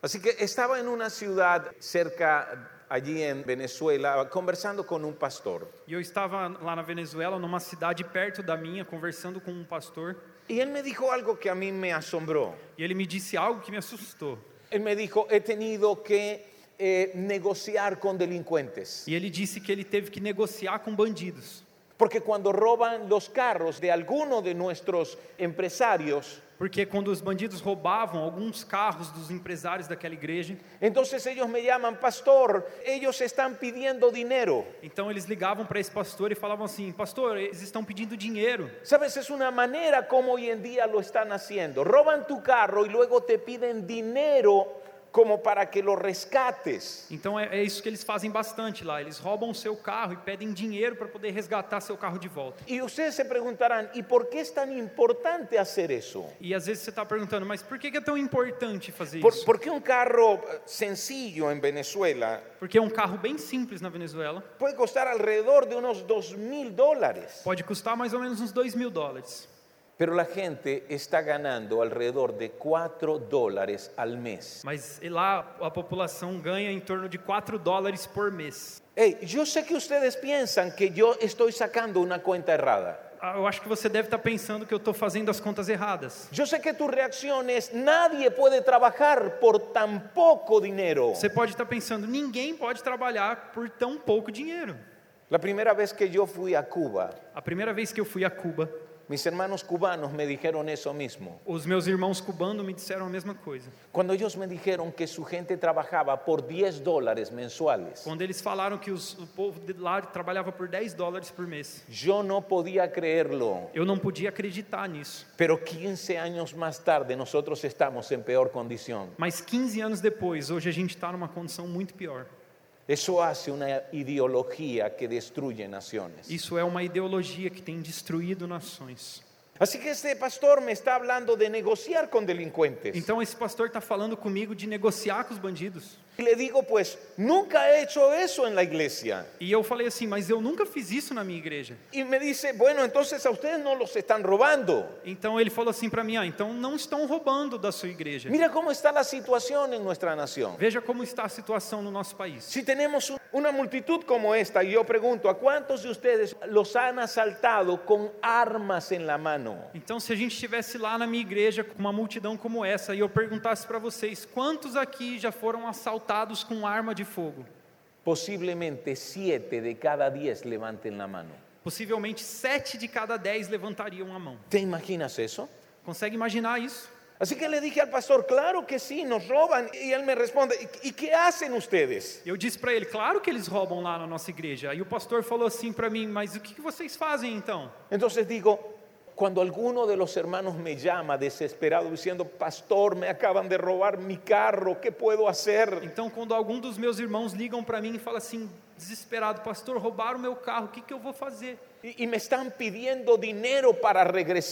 Speaker 1: Así que estaba en una ciudad cerca allí en Venezuela conversando con un pastor.
Speaker 2: E eu estava lá na Venezuela, numa cidade perto da minha, conversando com um pastor,
Speaker 1: Y él me dijo algo que a mí me asombró.
Speaker 2: e ele me disse algo que me assustou.
Speaker 1: Él me dijo, he tenido que eh, negociar con delincuentes.
Speaker 2: E ele disse que ele teve que negociar com bandidos,
Speaker 1: Porque cuando roban los carros de alguno de nuestros empresarios,
Speaker 2: porque quando os bandidos roubavam alguns carros dos empresários daquela igreja,
Speaker 1: entonces ellos me llaman, pastor, ellos están pidiendo dinero.
Speaker 2: então eles ligavam para esse pastor e falavam assim: "Pastor, eles estão pedindo dinheiro".
Speaker 1: Sabes, es una manera como hoy en día lo están haciendo. Roban tu carro y luego te piden dinero como para que lo rescates.
Speaker 2: Então é, é isso que eles fazem bastante lá. Eles roubam o seu carro e pedem dinheiro para poder resgatar seu carro de volta.
Speaker 1: Y ustedes se preguntarán, ¿y por qué es tan importante hacer eso?
Speaker 2: E às vezes você está perguntando, mas por que que é tão importante fazer
Speaker 1: ¿Por,
Speaker 2: isso?
Speaker 1: por qué un carro eh, sencillo en Venezuela
Speaker 2: Porque um carro bem simples na Venezuela
Speaker 1: puede costar alrededor de unos dos mil dólares.
Speaker 2: pode custar mais ou menos uns 2 mil dólares.
Speaker 1: Pero la gente está ganando alrededor de 4 dólares al mes.
Speaker 2: Mas lá a população ganha em torno de 4 dólares por mês.
Speaker 1: Hey, yo sé que ustedes piensan que yo estoy sacando una cuenta errada.
Speaker 2: Ah, Eu acho que você deve estar pensando que eu estou fazendo as contas erradas.
Speaker 1: Yo sé que tu reacción es, nadie puede trabajar por tan poco dinero.
Speaker 2: Você pode estar pensando, ninguém pode trabalhar por tão pouco dinheiro.
Speaker 1: La primera vez que yo fui a Cuba,
Speaker 2: A primeira vez que eu fui a Cuba,
Speaker 1: mis hermanos cubanos me dijeron eso mismo.
Speaker 2: os meus irmãos cubanos me disseram a mesma coisa.
Speaker 1: Cuando ellos me dijeron que su gente trabajaba por 10 dólares mensuales,
Speaker 2: Quando eles falaram que os- o povo de lá trabalhava por 10 dólares por mês,
Speaker 1: yo no podía creerlo.
Speaker 2: eu não podia acreditar nisso.
Speaker 1: Pero 15 años más tarde nosotros estamos en peor condición.
Speaker 2: Mas 15 anos depois, hoje a gente está numa condição muito pior.
Speaker 1: Eso hace una ideología que destruye naciones.
Speaker 2: Isso é uma ideologia que tem destruído nações.
Speaker 1: Así que este pastor me está hablando de negociar con delincuentes.
Speaker 2: Então esse pastor está falando comigo de negociar com os bandidos.
Speaker 1: Y le digo, pues, nunca he hecho eso en la iglesia.
Speaker 2: E eu falei assim, mas eu nunca fiz isso na minha igreja.
Speaker 1: Y me dice, bueno, entonces a ustedes no los están robando.
Speaker 2: Então ele falou assim para mim, ah, então não estão roubando da sua igreja.
Speaker 1: Mira cómo está la situación en nuestra nación.
Speaker 2: Veja como está a situação no nosso país.
Speaker 1: Si tenemos un- una multitud como esta, y yo pregunto, ¿a cuántos de ustedes los han asaltado con armas en la mano?
Speaker 2: Então se a gente estivesse lá na minha igreja com uma multidão como essa e eu perguntasse para vocês, quantos aqui já foram assaltados com arma de fogo?
Speaker 1: Posiblemente siete de cada diez levanten la mano.
Speaker 2: Possivelmente sete de cada dez levantariam a mão.
Speaker 1: ¿Te imaginas eso?
Speaker 2: Consegue imaginar isso?
Speaker 1: Así que le dije al pastor, claro que sí, nos roban. Y él me responde, ¿y y qué hacen ustedes?
Speaker 2: Eu disse para ele, claro que eles roubam lá na nossa igreja. Aí o pastor falou assim para mim, mas o que que vocês fazem então?
Speaker 1: Entonces digo, Cuando alguno de los hermanos me llama desesperado diciendo, pastor, me acaban de robar mi carro, ¿qué puedo hacer?
Speaker 2: Então, quando algum dos meus irmãos ligam para mim e fala assim, desesperado, pastor, roubaram meu carro, o que, que eu vou fazer?
Speaker 1: Y, y me están pidiendo dinero para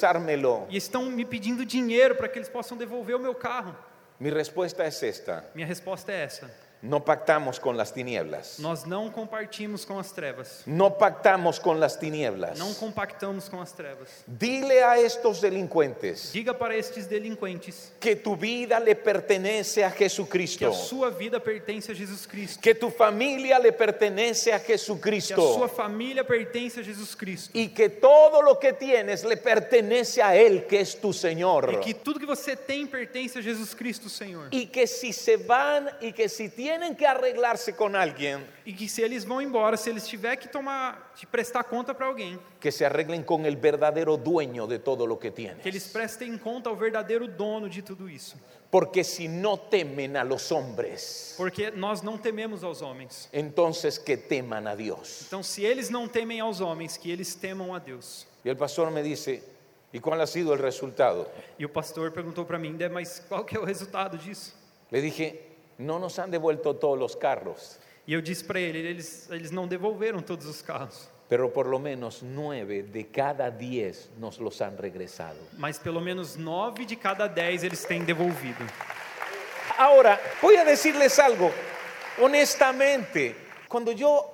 Speaker 1: regresármelo.
Speaker 2: E estão me pedindo dinheiro para que eles possam devolver o meu carro.
Speaker 1: Mi respuesta es esta,
Speaker 2: Minha resposta é essa:
Speaker 1: no pactamos con las tinieblas.
Speaker 2: nós não compartimos com as trevas,
Speaker 1: No pactamos con las tinieblas.
Speaker 2: não compactamos com as trevas.
Speaker 1: Dile a estos delincuentes
Speaker 2: Diga para estes delinquentes
Speaker 1: que tu vida le pertenece a
Speaker 2: que a
Speaker 1: Jesucristo,
Speaker 2: sua vida pertence a Jesus Cristo,
Speaker 1: que tu familia le pertenece a
Speaker 2: que a sua
Speaker 1: Jesucristo
Speaker 2: família pertence a Jesus Cristo
Speaker 1: y que todo lo que tienes le pertenece a Él, que es tu Señor.
Speaker 2: e que tudo que você tem pertence a Jesus Cristo, Senhor.
Speaker 1: Y que si se van y que si tienen que arreglarse con alguien,
Speaker 2: E que se eles vão embora, se eles tiver que tomar, te prestar conta para alguém,
Speaker 1: que se arreglen con el verdadero dueño de todo lo que
Speaker 2: que eles
Speaker 1: tienes.
Speaker 2: prestem conta ao verdadeiro dono de tudo isso.
Speaker 1: Porque si no temen a los hombres,
Speaker 2: Porque nós não tememos aos homens.
Speaker 1: entonces que teman a Dios.
Speaker 2: Então, se eles não temem aos homens, que eles temam a Deus.
Speaker 1: Y el pastor me dice, ¿y cuál ha sido el resultado?
Speaker 2: E o pastor perguntou para mim, "Dé, mas qual que é o resultado disso?
Speaker 1: Le dije, no nos han devuelto todos los carros,
Speaker 2: E eu disse para ele, eles, eles não devolveram todos os carros,
Speaker 1: pero por lo menos nueve de cada diez nos los han regresado.
Speaker 2: mas pelo menos nove de cada dez eles têm devolvido.
Speaker 1: Ahora, voy a decirles algo, honestamente, cuando yo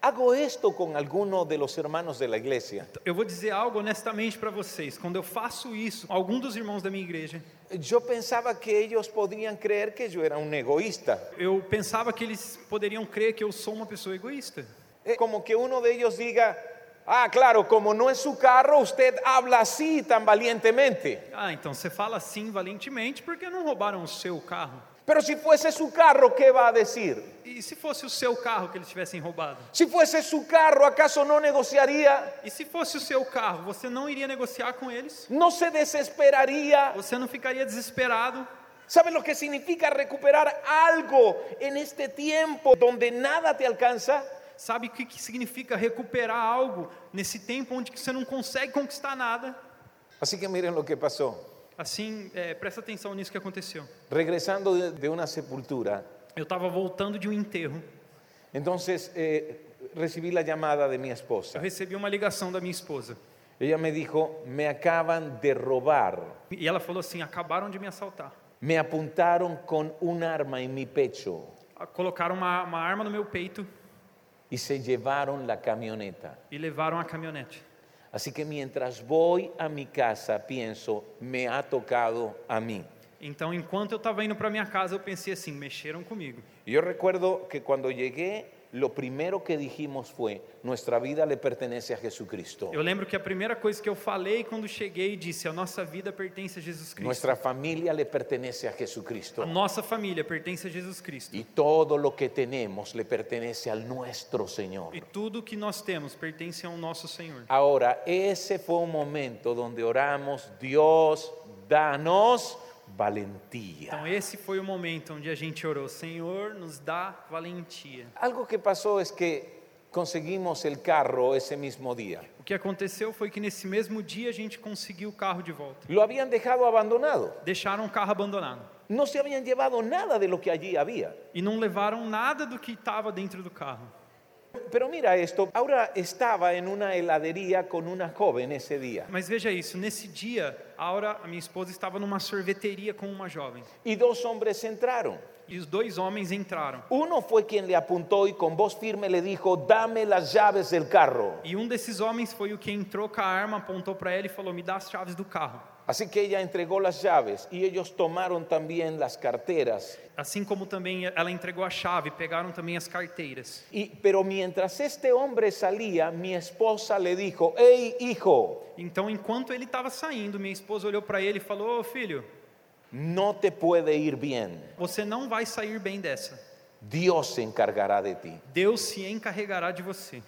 Speaker 1: hago esto con alguno de los hermanos de la iglesia,
Speaker 2: Então, Eu vou dizer algo honestamente para vocês. Quando eu faço isso, algum dos irmãos da minha igreja,
Speaker 1: yo pensaba que ellos podrían creer que yo era un egoísta.
Speaker 2: eu pensava que eles poderiam crer que eu sou uma pessoa egoísta.
Speaker 1: Eh, Como que uno de ellos diga, ah, claro, como no es su carro, usted habla así tan valientemente.
Speaker 2: Ah, então você fala assim valentemente porque não roubaram o seu carro.
Speaker 1: Pero si fuese su carro, ¿qué va a decir?
Speaker 2: E se fosse o seu carro que eles tivessem roubado?
Speaker 1: Si fuese su carro, ¿acaso no negociaría?
Speaker 2: E se fosse o seu carro, você não iria negociar com eles?
Speaker 1: ¿No se desesperaría?
Speaker 2: Você não ficaria desesperado?
Speaker 1: ¿Sabe lo que significa recuperar algo en este tiempo donde nada te alcanza?
Speaker 2: Sabe o que, que significa recuperar algo nesse tempo onde que você não consegue conquistar nada?
Speaker 1: Así que miren lo que pasó.
Speaker 2: Assim, é, presta atenção nisso que aconteceu.
Speaker 1: Regresando de, de una sepultura,
Speaker 2: Eu estava voltando de um enterro.
Speaker 1: entonces eh, recibí la llamada de mi
Speaker 2: Eu
Speaker 1: esposa.
Speaker 2: recebi uma ligação da minha esposa.
Speaker 1: Ella me dijo, me acaban de robar,
Speaker 2: E ela falou assim: acabaram de me assaltar.
Speaker 1: me apuntaron con un arma en mi pecho
Speaker 2: Ah, Colocaram uma, uma arma no meu peito
Speaker 1: y se llevaron la camioneta.
Speaker 2: e levaram a caminhonete.
Speaker 1: Así que mientras voy a mi casa, pienso, me ha tocado a mim.
Speaker 2: Então, enquanto eu estava indo para minha casa, eu pensei assim: mexeram comigo.
Speaker 1: Y Yo recuerdo que cuando llegué, lo primero que dijimos fue, nuestra vida le pertenece a Jesucristo.
Speaker 2: Eu lembro que a primeira coisa que eu falei quando cheguei disse: a nossa vida pertence a Jesus Cristo.
Speaker 1: Nuestra familia le pertenece a
Speaker 2: A
Speaker 1: Jesucristo.
Speaker 2: nossa família pertence a Jesus Cristo.
Speaker 1: Y todo lo que tenemos le pertenece al nuestro Señor.
Speaker 2: E tudo que nós temos pertence ao nosso Senhor.
Speaker 1: Ahora, ese fue un momento donde oramos, Dios, danos valentía.
Speaker 2: Então, esse foi o momento onde a gente orou: Senhor, nos dá valentia.
Speaker 1: Algo que pasó es que conseguimos el carro ese mismo día.
Speaker 2: O que aconteceu foi que nesse mesmo dia a gente conseguiu o carro de volta.
Speaker 1: Lo habían dejado abandonado.
Speaker 2: Deixaram o carro abandonado
Speaker 1: No se habían llevado nada de lo que allí había.
Speaker 2: e não levaram nada do que estava dentro do carro.
Speaker 1: Pero mira esto, Aura estaba en una heladería con una joven ese día
Speaker 2: Mas veja isso, nesse dia, a Aura, a minha esposa, estava numa sorveteria com uma jovem.
Speaker 1: y dos hombres entraron.
Speaker 2: E os dois homens entraram.
Speaker 1: Uno fue quien le apuntó y con voz firme le dijo, dame las llaves del carro.
Speaker 2: E um desses homens foi o que entrou com a arma, apontou para ela e falou: "Me dá as chaves do carro".
Speaker 1: Así que ella entregó las llaves y ellos tomaron también las carteras.
Speaker 2: Assim como também ela entregou a chave, pegaram também as carteiras.
Speaker 1: Y, pero mientras este hombre salía, mi esposa le dijo, hey hijo,
Speaker 2: Então, enquanto ele estava saindo, minha esposa olhou para ele e falou: "Ô, filho,
Speaker 1: no te puede ir bien,
Speaker 2: você não vai sair bem dessa.
Speaker 1: Dios se encargará de ti.
Speaker 2: Deus se encarregará de você".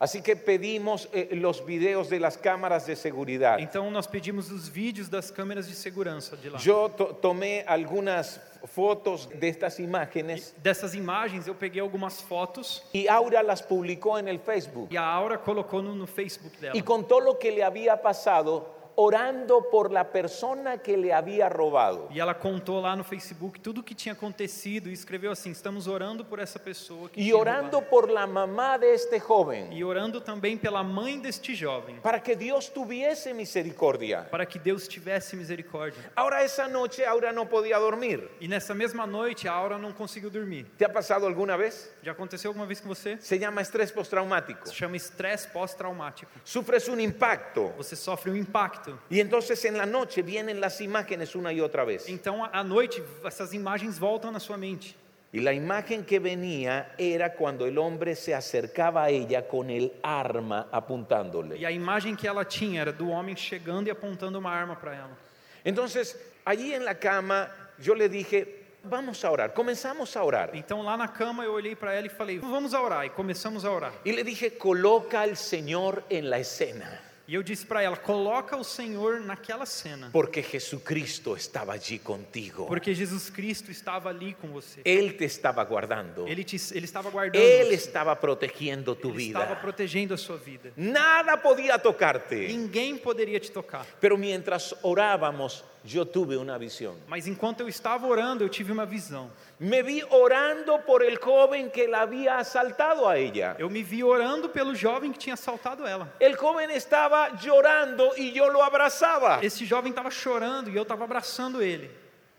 Speaker 1: Así que pedimos eh, los videos de las cámaras de seguridad.
Speaker 2: Então nós pedimos os vídeos das câmeras de segurança de lá.
Speaker 1: Yo to- tomé algunas fotos de estas imágenes
Speaker 2: Dessas imagens eu peguei algumas fotos
Speaker 1: y Aura las publicó en el Facebook
Speaker 2: e a Aura colocou no, no Facebook dela.
Speaker 1: y contó lo que le había pasado orando por la persona que le había robado.
Speaker 2: E ela contou lá no Facebook tudo o que tinha acontecido e escreveu assim: estamos orando por essa pessoa que
Speaker 1: Y
Speaker 2: tinha roubado."
Speaker 1: orando por la mamá de este joven,
Speaker 2: e orando também pela mãe deste jovem,
Speaker 1: para que Dios tuviese misericordia.
Speaker 2: para que Deus tivesse misericórdia.
Speaker 1: Ahora esa noche Aura no podía dormir.
Speaker 2: E nessa mesma noite a Aura não conseguiu dormir.
Speaker 1: ¿Te ha pasado alguna vez?
Speaker 2: Já aconteceu alguma vez com você?
Speaker 1: Se llama estrés postraumático.
Speaker 2: Se chama estresse pós-traumático.
Speaker 1: Sufres un impacto
Speaker 2: Você sofre um impacto.
Speaker 1: y entonces en la noche vienen las imágenes una y otra vez.
Speaker 2: Então à à noite essas imagens voltam na sua mente.
Speaker 1: Y la imagen que venía era cuando el hombre se acercaba a ella con el arma
Speaker 2: E
Speaker 1: apuntándole.
Speaker 2: a imagem que ela tinha era do homem chegando e apontando uma arma para ela.
Speaker 1: Entonces, allí en la cama, yo le dije, vamos a orar, comenzamos a orar.
Speaker 2: Então lá na cama eu olhei para ela e falei: "Vamos a orar". E começamos a orar.
Speaker 1: Y le dije, coloca al Señor en la escena,
Speaker 2: E eu disse para ela: "Coloca o Senhor naquela cena,
Speaker 1: porque Jesucristo estaba allí contigo.
Speaker 2: porque Jesus Cristo estava ali com você.
Speaker 1: Él te estaba guardando.
Speaker 2: Ele te, ele estava guardando.
Speaker 1: Él
Speaker 2: você.
Speaker 1: estaba protegiendo tu
Speaker 2: ele estava
Speaker 1: vida.
Speaker 2: protegendo a sua vida.
Speaker 1: Nada podía tocarte.
Speaker 2: Ninguém poderia te tocar.
Speaker 1: Pero mientras orábamos, yo tuve una visión.
Speaker 2: Mas enquanto eu estava orando, eu tive uma visão.
Speaker 1: Me vi orando por el joven que la había asaltado a ella.
Speaker 2: Eu me vi orando pelo jovem que tinha assaltado ela.
Speaker 1: El joven estaba llorando y yo lo abrazaba.
Speaker 2: Esse jovem estava chorando e eu estava abraçando ele.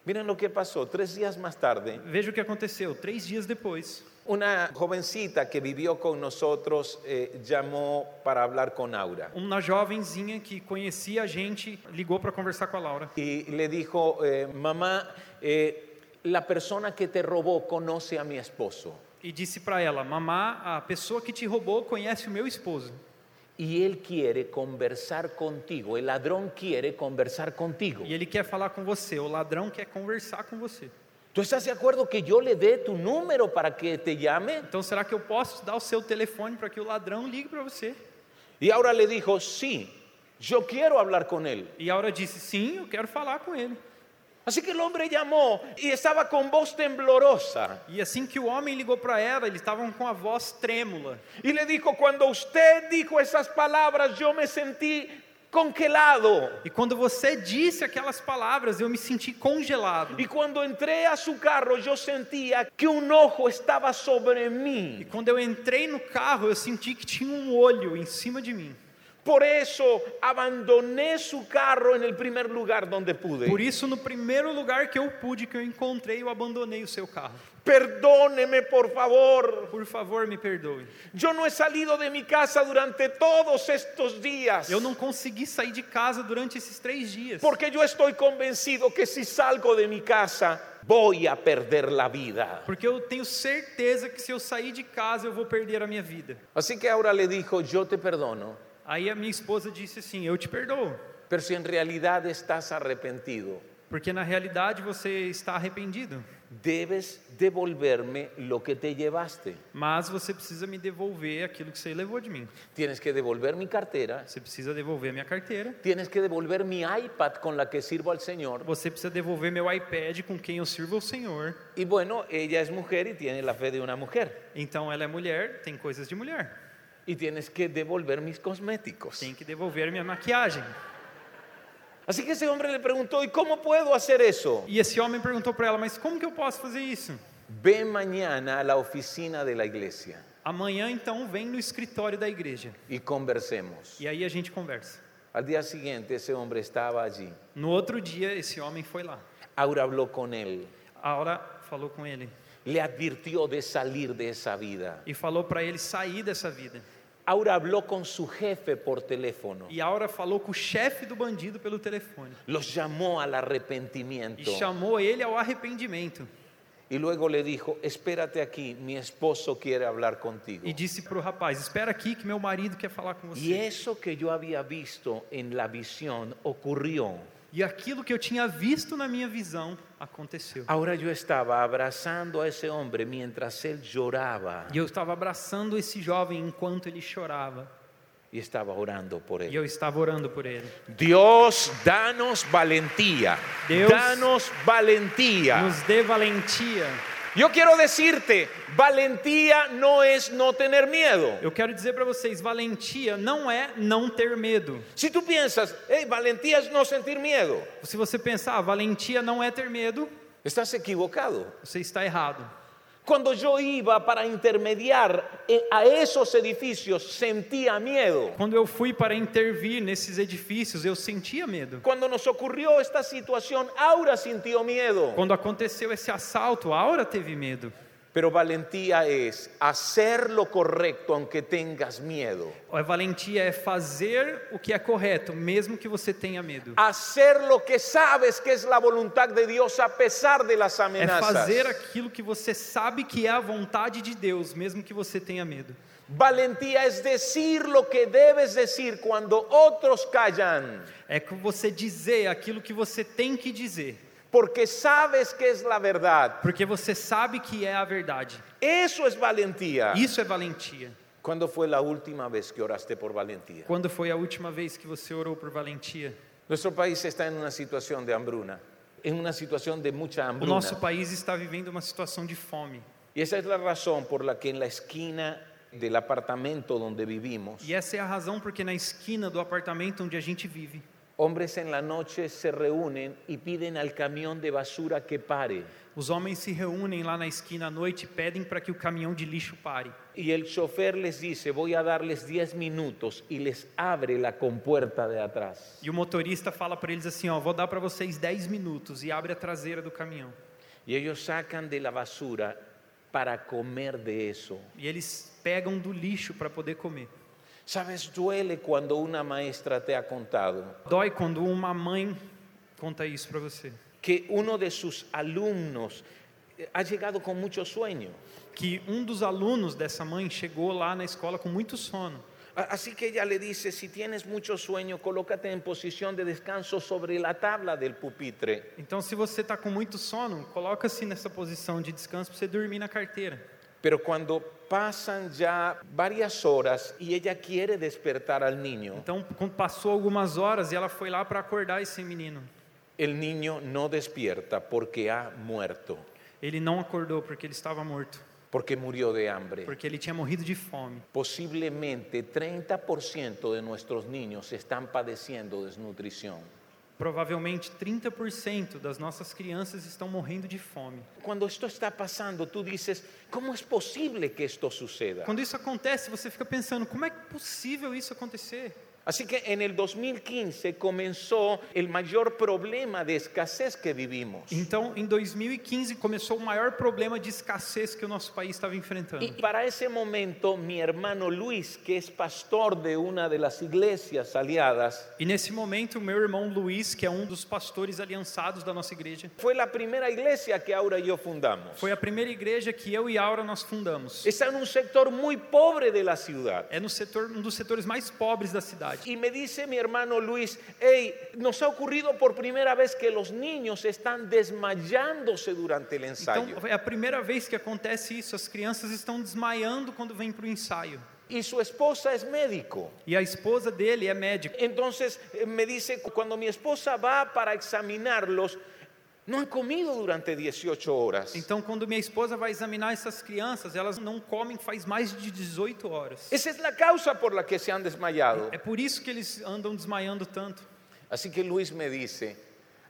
Speaker 1: Miren lo que pasó. Tres días más tarde,
Speaker 2: Veja o que aconteceu. Três dias depois,
Speaker 1: una jovencita que vivió con nosotros eh, llamó para hablar con Aura.
Speaker 2: uma jovenzinha que conhecia a gente ligou para conversar com a Laura.
Speaker 1: Y le dijo, eh, mamá, eh, la persona que te robó conoce a mi esposo.
Speaker 2: e disse para ela: Mamá, a pessoa que te roubou conhece o meu esposo.
Speaker 1: Y él quiere conversar contigo, el ladrón quiere conversar contigo.
Speaker 2: E ele quer falar com você. O ladrão quer conversar com você.
Speaker 1: ¿Tú estás de acuerdo que yo le dé tu número para que te llame?
Speaker 2: Então, será que eu posso te dar o seu telefone para que o ladrão ligue para você?
Speaker 1: Y ahora le dijo, sí, yo quiero hablar con él.
Speaker 2: E a Aura disse: Sim, eu quero falar com ele.
Speaker 1: Así que el hombre llamó y estaba con voz temblorosa.
Speaker 2: E assim que o homem ligou para ela, eles estavam com a voz trêmula.
Speaker 1: Y le dijo, cuando usted dijo esas palabras, yo me sentí congelado.
Speaker 2: E quando você disse aquelas palavras, eu me senti congelado.
Speaker 1: Y cuando entré a su carro, yo sentía que un ojo estaba sobre
Speaker 2: E
Speaker 1: mí.
Speaker 2: quando eu entrei no carro, eu senti que tinha um olho em cima de mim.
Speaker 1: Por eso abandoné su carro en el primer lugar donde pude.
Speaker 2: Por isso, no primeiro lugar que eu pude, que eu encontrei, eu abandonei o seu carro.
Speaker 1: Perdóneme, por favor.
Speaker 2: Por favor, me perdoe.
Speaker 1: Yo no he salido de mi casa durante todos estos días.
Speaker 2: Eu não consegui sair de casa durante esses três dias.
Speaker 1: Porque yo estoy convencido que si salgo de mi casa, voy a perder la vida.
Speaker 2: Porque eu tenho certeza que se eu sair de casa, eu vou perder a minha vida.
Speaker 1: Así que ahora le dijo, yo te perdono,
Speaker 2: Aí a minha esposa disse assim: Eu te perdoo.
Speaker 1: pero si en realidad estás arrepentido,
Speaker 2: Porque na realidade você está arrependido.
Speaker 1: debes devolverme lo que te llevaste.
Speaker 2: Mas você precisa me devolver aquilo que você levou de mim.
Speaker 1: Tienes que devolver mi cartera,
Speaker 2: Você precisa devolver a minha carteira.
Speaker 1: tienes que devolver mi iPad con la que sirvo al Señor.
Speaker 2: Você precisa devolver meu iPad com quem eu sirvo ao Senhor.
Speaker 1: Y bueno, ella es mujer y tiene la fe de una mujer.
Speaker 2: Então ela é mulher, tem coisas de mulher.
Speaker 1: Y tienes que devolver mis cosméticos.
Speaker 2: Tem que devolver minha maquiagem.
Speaker 1: Así que ese hombre le preguntó, ¿y cómo puedo hacer eso?
Speaker 2: E esse homem perguntou para ela: Mas como que eu posso fazer isso?
Speaker 1: Ve mañana a la oficina de la iglesia.
Speaker 2: Amanhã então vem no escritório da igreja
Speaker 1: y conversemos.
Speaker 2: e aí a gente conversa.
Speaker 1: Al día siguiente ese hombre estaba allí.
Speaker 2: No outro dia esse homem foi lá.
Speaker 1: Aura habló con él,
Speaker 2: A Aura falou com ele
Speaker 1: le advirtió de salir de esa vida.
Speaker 2: e falou para ele sair dessa vida.
Speaker 1: Aura habló con su jefe por teléfono,
Speaker 2: E a Aura falou com o chefe do bandido pelo telefone
Speaker 1: los llamó al
Speaker 2: e
Speaker 1: arrepentimiento
Speaker 2: chamou ele ao arrependimento
Speaker 1: y luego le dijo, espérate aquí, mi esposo quiere hablar contigo.
Speaker 2: e disse para o rapaz: Espera aqui que meu marido quer falar com
Speaker 1: Y
Speaker 2: você.
Speaker 1: eso que yo había visto en la visión ocurrió.
Speaker 2: E aquilo que eu tinha visto na minha visão aconteceu.
Speaker 1: Ahora yo estaba abrazando a ese hombre mientras él lloraba
Speaker 2: E eu estava abraçando esse jovem enquanto ele chorava.
Speaker 1: y estaba orando por
Speaker 2: E
Speaker 1: él.
Speaker 2: eu estava orando por ele.
Speaker 1: Dios, danos valentía.
Speaker 2: Dios-
Speaker 1: danos valentía.
Speaker 2: Nos dê valentia.
Speaker 1: Yo quiero decirte, valentía no es no tener miedo.
Speaker 2: Eu quero dizer para vocês, valentia não é não ter medo.
Speaker 1: Si tú piensas, hey, valentía es no sentir miedo,
Speaker 2: Se você pensar, ah, valentia não é ter medo,
Speaker 1: estás equivocado.
Speaker 2: você está errado.
Speaker 1: Cuando yo iba para intermediar eh, a esos edificios, sentía miedo.
Speaker 2: Quando eu fui para intervir nesses edifícios, eu sentia medo.
Speaker 1: Cuando nos ocurrió esta situación, Aura sintió miedo.
Speaker 2: Quando aconteceu esse assalto, a Aura teve medo.
Speaker 1: Pero valentía es hacer lo correcto aunque tengas miedo.
Speaker 2: A valentia é fazer o que é correto, mesmo que você tenha medo.
Speaker 1: Hacer lo que sabes que es la voluntad de Dios a pesar de las
Speaker 2: É
Speaker 1: amenazas.
Speaker 2: fazer aquilo que você sabe que é a vontade de Deus, mesmo que você tenha medo.
Speaker 1: Valentía es decir lo que debes decir cuando otros callan,
Speaker 2: É que você dizer aquilo que você tem que dizer,
Speaker 1: porque sabes que es la verdad.
Speaker 2: porque você sabe que é a verdade.
Speaker 1: Eso es valentía.
Speaker 2: Isso é valentia.
Speaker 1: ¿Cuándo fue la última vez que oraste por valentía?
Speaker 2: Quando foi a última vez que você orou por valentia?
Speaker 1: Nuestro país está en una situación de hambruna, en una situación de mucha
Speaker 2: O
Speaker 1: hambruna.
Speaker 2: nosso país está vivendo uma situação de fome.
Speaker 1: Y esa es la razón por la que en la esquina del apartamento donde vivimos,
Speaker 2: E essa é a razão porque na esquina do apartamento onde a gente vive,
Speaker 1: hombres en la noche se reúnen y piden al camión de basura que pare.
Speaker 2: os homens se reúnem lá na esquina à noite e pedem para que o caminhão de lixo pare.
Speaker 1: Y el chofer les dice, voy a darles 10 minutos y les abre la compuerta de atrás.
Speaker 2: E o motorista fala para eles assim, ó, vou dar para vocês 10 minutos e abre a traseira do caminhão.
Speaker 1: Y ellos sacan de la basura para comer de eso.
Speaker 2: E eles pegam do lixo para poder comer.
Speaker 1: Sabes, duele cuando una maestra te ha contado
Speaker 2: Dói quando uma mãe conta isso para você,
Speaker 1: que uno de sus alumnos eh, ha llegado con mucho sueño.
Speaker 2: que um dos alunos dessa mãe chegou lá na escola com muito sono.
Speaker 1: A- Así que ella le dice, si tienes mucho sueño, colócate en posición de descanso sobre la tabla del pupitre.
Speaker 2: Então, se você está com muito sono, coloca-se nessa posição de descanso para você dormir na carteira.
Speaker 1: Pero cuando pasan ya varias horas y ella quiere despertar al niño,
Speaker 2: Então, quando passou algumas horas e ela foi lá para acordar esse menino.
Speaker 1: el niño no despierta porque ha muerto,
Speaker 2: Ele não acordou porque ele estava morto,
Speaker 1: porque murió de hambre.
Speaker 2: porque ele tinha morrido de fome.
Speaker 1: Posiblemente 30% de nuestros niños están padeciendo desnutrición.
Speaker 2: Provavelmente 30% das nossas crianças estão morrendo de fome.
Speaker 1: Cuando esto está pasando, tú dices, ¿cómo es posible que esto suceda?
Speaker 2: Quando isso acontece, você fica pensando, como é possível isso acontecer?
Speaker 1: Así que en el 2015 comenzó el mayor problema de escasez que vivimos.
Speaker 2: Então, em 2015 começou o maior problema de escassez que o nosso país estava enfrentando.
Speaker 1: Y para ese momento mi hermano Luis, que es pastor de una de las iglesias aliadas,
Speaker 2: E nesse momento, o meu irmão Luiz, que é um dos pastores aliançados da nossa igreja,
Speaker 1: fue la primera iglesia que Aura y yo fundamos.
Speaker 2: foi a primeira igreja que eu e Aura nós fundamos.
Speaker 1: Está en un sector muy pobre de la ciudad.
Speaker 2: É no setor, um dos setores mais pobres da cidade.
Speaker 1: Y me dice mi hermano Luis, hey, nos ha ocurrido por primera vez que los niños están desmayándose durante el ensayo.
Speaker 2: Então, é a primeira vez que acontece isso. As crianças estão desmaiando quando vêm para o ensaio.
Speaker 1: Y su esposa es médico.
Speaker 2: E a esposa dele é médica.
Speaker 1: Entonces eh, me dice, cuando mi esposa va para examinarlos, no han comido durante 18 horas.
Speaker 2: Então, quando minha esposa vai examinar essas crianças, elas não comem faz mais de 18 horas.
Speaker 1: Esa es la causa por la que se han desmayado.
Speaker 2: É por isso que eles andam desmaiando tanto.
Speaker 1: Así que Luis me dice,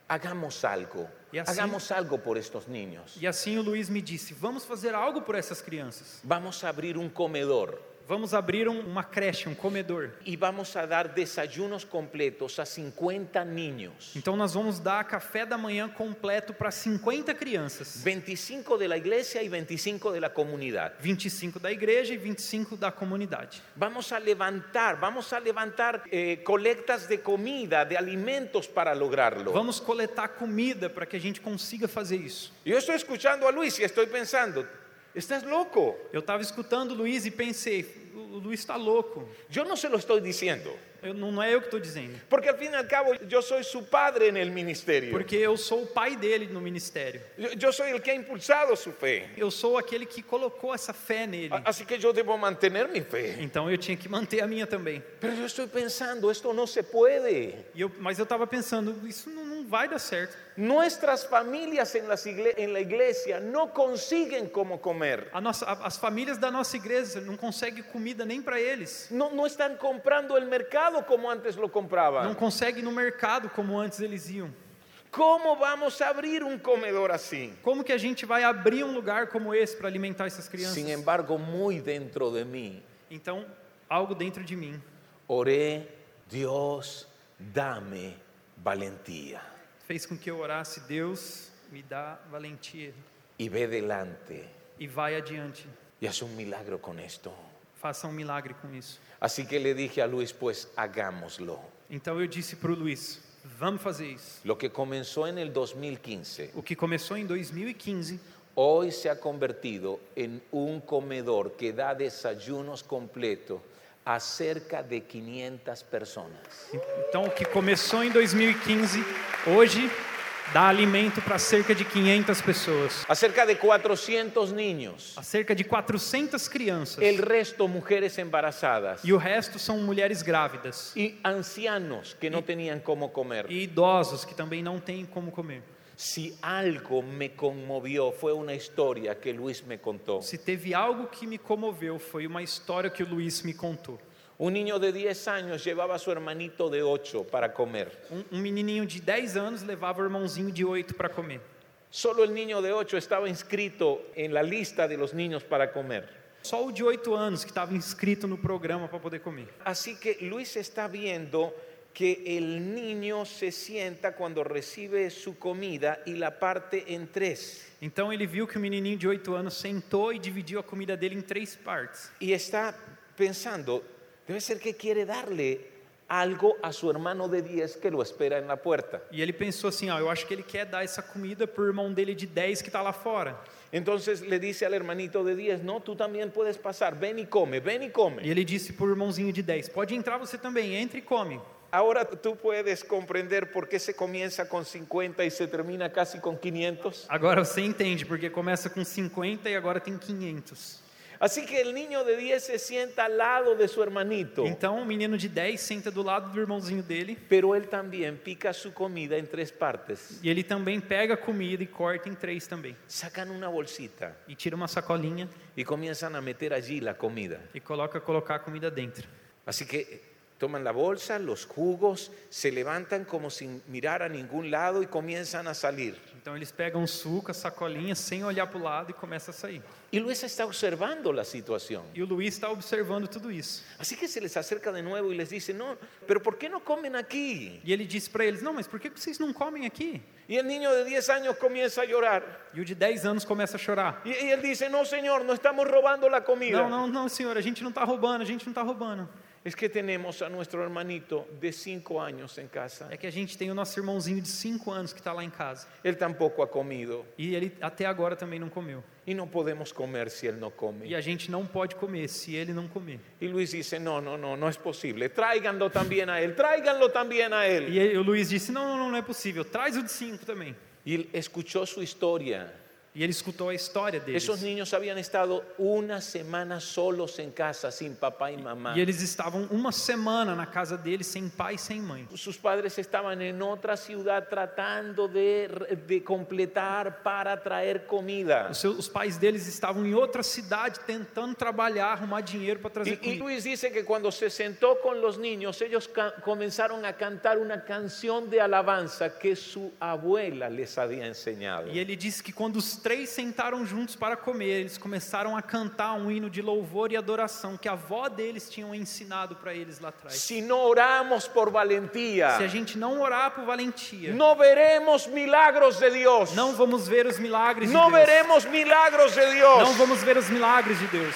Speaker 1: hagamos algo,
Speaker 2: Y así-
Speaker 1: hagamos algo por estos niños.
Speaker 2: E assim o Luiz me disse: vamos fazer algo por essas crianças.
Speaker 1: Vamos a abrir un comedor
Speaker 2: Vamos abrir um- uma creche, um comedor.
Speaker 1: y vamos a dar desayunos completos a 50 niños.
Speaker 2: Então, nós vamos dar café da manhã completo para 50 crianças.
Speaker 1: 25 de la iglesia y 25 de la comunidad.
Speaker 2: 25 da igreja e 25 da comunidade.
Speaker 1: Vamos a levantar, vamos a levantar eh, colectas de comida, de alimentos para lograrlo.
Speaker 2: Vamos coletar comida para que a gente consiga fazer isso.
Speaker 1: Yo estoy escuchando a Luis y estoy pensando, estás loco.
Speaker 2: Eu estava escutando o Luiz e pensei, o Luiz está louco.
Speaker 1: Yo no se lo estoy diciendo,
Speaker 2: Eu, não, não é eu que estou dizendo.
Speaker 1: porque al fin y al cabo yo soy su padre en el ministerio.
Speaker 2: Porque eu sou o pai dele no ministério.
Speaker 1: Yo, yo soy el que ha impulsado su fe.
Speaker 2: Eu sou aquele que colocou essa fé nele.
Speaker 1: A- Así que yo debo mantener mi fe.
Speaker 2: Então eu tinha que manter a minha também.
Speaker 1: Pero yo estoy pensando, esto no se puede.
Speaker 2: E eu, mas eu estava pensando, isso não, não vai dar certo.
Speaker 1: Nuestras familias en, las igle- en la iglesia no consiguen cómo comer.
Speaker 2: A nossa, a- as famílias da nossa igreja não conseguem comida nem para eles.
Speaker 1: No, no están comprando el mercado como antes lo compraban.
Speaker 2: Não conseguem ir no mercado como antes eles iam.
Speaker 1: ¿Cómo vamos a abrir un comedor así?
Speaker 2: Como que a gente vai abrir um lugar como esse para alimentar essas crianças?
Speaker 1: Sin embargo, muy dentro de mí,
Speaker 2: Então, algo dentro de mim.
Speaker 1: oré, Dios, dame valentía.
Speaker 2: fez com que eu orasse, Deus me dá valentia
Speaker 1: Y ve delante
Speaker 2: e vai adiante,
Speaker 1: y haz un milagro con esto.
Speaker 2: faça um milagre com isso.
Speaker 1: Así que le dije a Luis, pues hagámoslo.
Speaker 2: Então eu disse para o Luiz, vamos fazer isso.
Speaker 1: Lo que comenzó en el 2015,
Speaker 2: O que começou em 2015,
Speaker 1: hoy se ha convertido en un comedor que da desayunos completos a cerca de 500 personas.
Speaker 2: então o que começou em 2015, hoje dá alimento para cerca de 500 pessoas,
Speaker 1: A cerca de 400 niños.
Speaker 2: a cerca de 400 crianças
Speaker 1: El resto mujeres embarazadas
Speaker 2: e o resto são mulheres grávidas
Speaker 1: y ancianos que no tenían cómo comer.
Speaker 2: e idosos que também não têm como comer.
Speaker 1: Si algo me conmovió fue una historia que Luis me contó.
Speaker 2: Se teve algo que me comoveu foi uma história que o Luiz me contou.
Speaker 1: Un niño de 10 años llevaba a su hermanito de 8 para comer.
Speaker 2: Um, um menininho de 10 anos levava o irmãozinho de 8 para comer.
Speaker 1: Solo el niño de 8 estaba inscrito en la lista de los niños para comer.
Speaker 2: Só o de 8 anos que estava inscrito no programa para poder comer.
Speaker 1: Así que Luis está viendo que el niño se sienta cuando recibe su comida y la parte en tres.
Speaker 2: Então ele viu que o menininho de 8 anos sentou e dividiu a comida dele em três partes.
Speaker 1: y está pensando, debe ser que quiere darle algo a su hermano de 10 que lo espera en la puerta.
Speaker 2: E ele pensou assim: ó, eu acho que ele quer dar essa comida pro irmão dele de 10 que tá lá fora.
Speaker 1: Entonces le dice al hermanito de 10, no, tú también puedes pasar, ven y come, ven y
Speaker 2: E
Speaker 1: come.
Speaker 2: ele disse pro irmãozinho de 10: pode entrar você também, entre e come.
Speaker 1: Ahora tú puedes comprender por qué se comienza con 50 y se termina casi con 500.
Speaker 2: Agora você entende, porque começa com 50 e agora tem 500.
Speaker 1: Así que el niño de 10 se sienta al lado de su hermanito,
Speaker 2: Então o menino de 10 senta do lado do irmãozinho dele.
Speaker 1: pero él también pica su comida en tres partes.
Speaker 2: E ele também pega a comida e corta em três também.
Speaker 1: Sacan una bolsita
Speaker 2: E tira uma sacolinha
Speaker 1: y comienzan a meter allí la comida.
Speaker 2: e coloca colocar a comida dentro.
Speaker 1: Así que eh, toman la bolsa, los jugos, se levantan como sin mirar a ningún lado y comienzan a salir.
Speaker 2: Então eles pegam o suco, a sacolinha, sem olhar para o lado e começa a sair.
Speaker 1: Y Luis está observando la situación.
Speaker 2: E o Luiz está observando tudo isso.
Speaker 1: Así que se les acerca de nuevo y les dice, no, pero ¿por qué no comen aquí?
Speaker 2: E ele disse para eles: Não, mas por que vocês não comem aqui?
Speaker 1: Y el niño de 10 años comienza a llorar.
Speaker 2: E o de 10 anos começa a chorar:
Speaker 1: Y, y él dice, no, señor, no estamos robando la comida.
Speaker 2: Não, não, não, senhor, a gente não está roubando, a gente não está roubando.
Speaker 1: Es que tenemos a nuestro hermanito de 5 años en casa.
Speaker 2: É que a gente tem o nosso irmãozinho de 5 anos que está lá em casa.
Speaker 1: Él tampoco ha comido
Speaker 2: E ele até agora também não comeu.
Speaker 1: y no podemos comer si él no
Speaker 2: E
Speaker 1: come.
Speaker 2: a gente não pode comer se ele não comer.
Speaker 1: Y Luis dice, no, no, no, no es posible. Tráiganlo también a él, tráiganlo también a él.
Speaker 2: E aí o Luiz disse: Não, não, não, não é possível, traz o de 5 também.
Speaker 1: Y él escuchó su historia.
Speaker 2: E ele escutou a história deles.
Speaker 1: Esos niños habían estado una semana solos en casa, sin papá y mamá.
Speaker 2: E eles estavam uma semana na casa deles, sem pai e sem mãe.
Speaker 1: Sus padres estaban en otra ciudad tratando de, de completar para traer comida.
Speaker 2: Os, seus- os pais deles estavam em outra cidade tentando trabalhar, arrumar dinheiro para trazer
Speaker 1: Y, y
Speaker 2: comida.
Speaker 1: Luis dice que cuando se sentó con los niños, ellos ca- comenzaron a cantar una canción de alabanza que su abuela les había enseñado.
Speaker 2: E ele disse que quando os três sentaram juntos para comer, eles começaram a cantar um hino de louvor e adoração que a avó deles tinha ensinado para eles lá atrás.
Speaker 1: Si no oramos por
Speaker 2: Se a
Speaker 1: valentía,
Speaker 2: gente não orar por valentia,
Speaker 1: no veremos milagros de Dios.
Speaker 2: não vamos ver os milagres
Speaker 1: No
Speaker 2: de Deus.
Speaker 1: veremos milagros de Dios.
Speaker 2: Não vamos ver os milagres de Deus.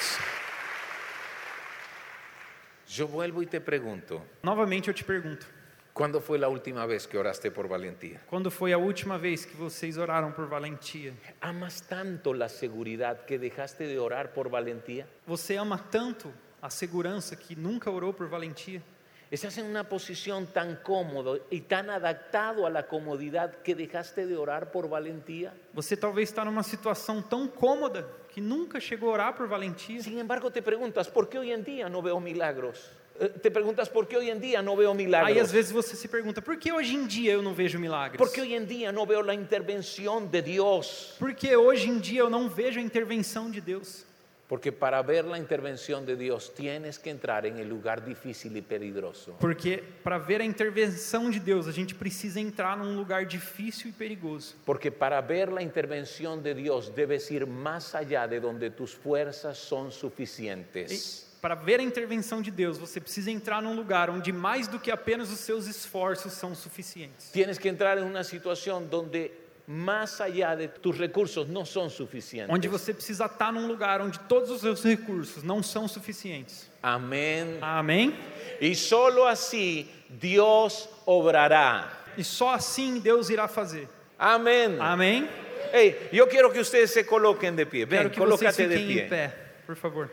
Speaker 1: Yo vuelvo y te pregunto,
Speaker 2: Novamente eu te pergunto,
Speaker 1: ¿cuándo fue la última vez que oraste por valentía?
Speaker 2: quando foi a última vez que vocês oraram por valentia?
Speaker 1: ¿Amas tanto la seguridad que dejaste de orar por valentía?
Speaker 2: Você ama tanto a segurança que nunca orou por valentia.
Speaker 1: Estás en una posición tan cómodo y tan adaptado a la comodidad que dejaste de orar por valentía.
Speaker 2: Você talvez está numa situação tão cômoda que nunca chegou a orar por valentia.
Speaker 1: Sin embargo, te preguntas, ¿por qué hoy en día no veo milagros? Eh, Te preguntas, ¿por qué hoy en día no veo
Speaker 2: Aí às
Speaker 1: milagros?
Speaker 2: vezes você se pergunta, por que hoje em dia eu não vejo milagres?
Speaker 1: ¿Por qué hoy en día no veo la intervención de Dios?
Speaker 2: Por que hoje em dia eu não vejo a intervenção de Deus?
Speaker 1: Porque para ver la intervención de Dios tienes que entrar en el lugar difícil y peligroso.
Speaker 2: Porque para ver a intervenção de Deus, a gente precisa entrar num lugar difícil e perigoso.
Speaker 1: Porque para ver la intervención de Dios debes ir más allá de donde tus fuerzas son suficientes.
Speaker 2: Para ver a intervenção de Deus, você precisa entrar num lugar onde mais do que apenas os seus esforços são suficientes.
Speaker 1: Tienes que entrar en una situación donde más allá de tus recursos no son suficientes.
Speaker 2: Onde você precisa estar num lugar onde todos os seus recursos não são suficientes.
Speaker 1: Amén.
Speaker 2: Amém?
Speaker 1: Y solo así Dios obrará.
Speaker 2: E só assim Deus irá fazer.
Speaker 1: Amén.
Speaker 2: Amém?
Speaker 1: Hey, yo quiero que ustedes se coloquen de pie.
Speaker 2: Quero
Speaker 1: Ven,
Speaker 2: que vocês
Speaker 1: colócate de
Speaker 2: fiquem em
Speaker 1: pie.
Speaker 2: pé, por favor.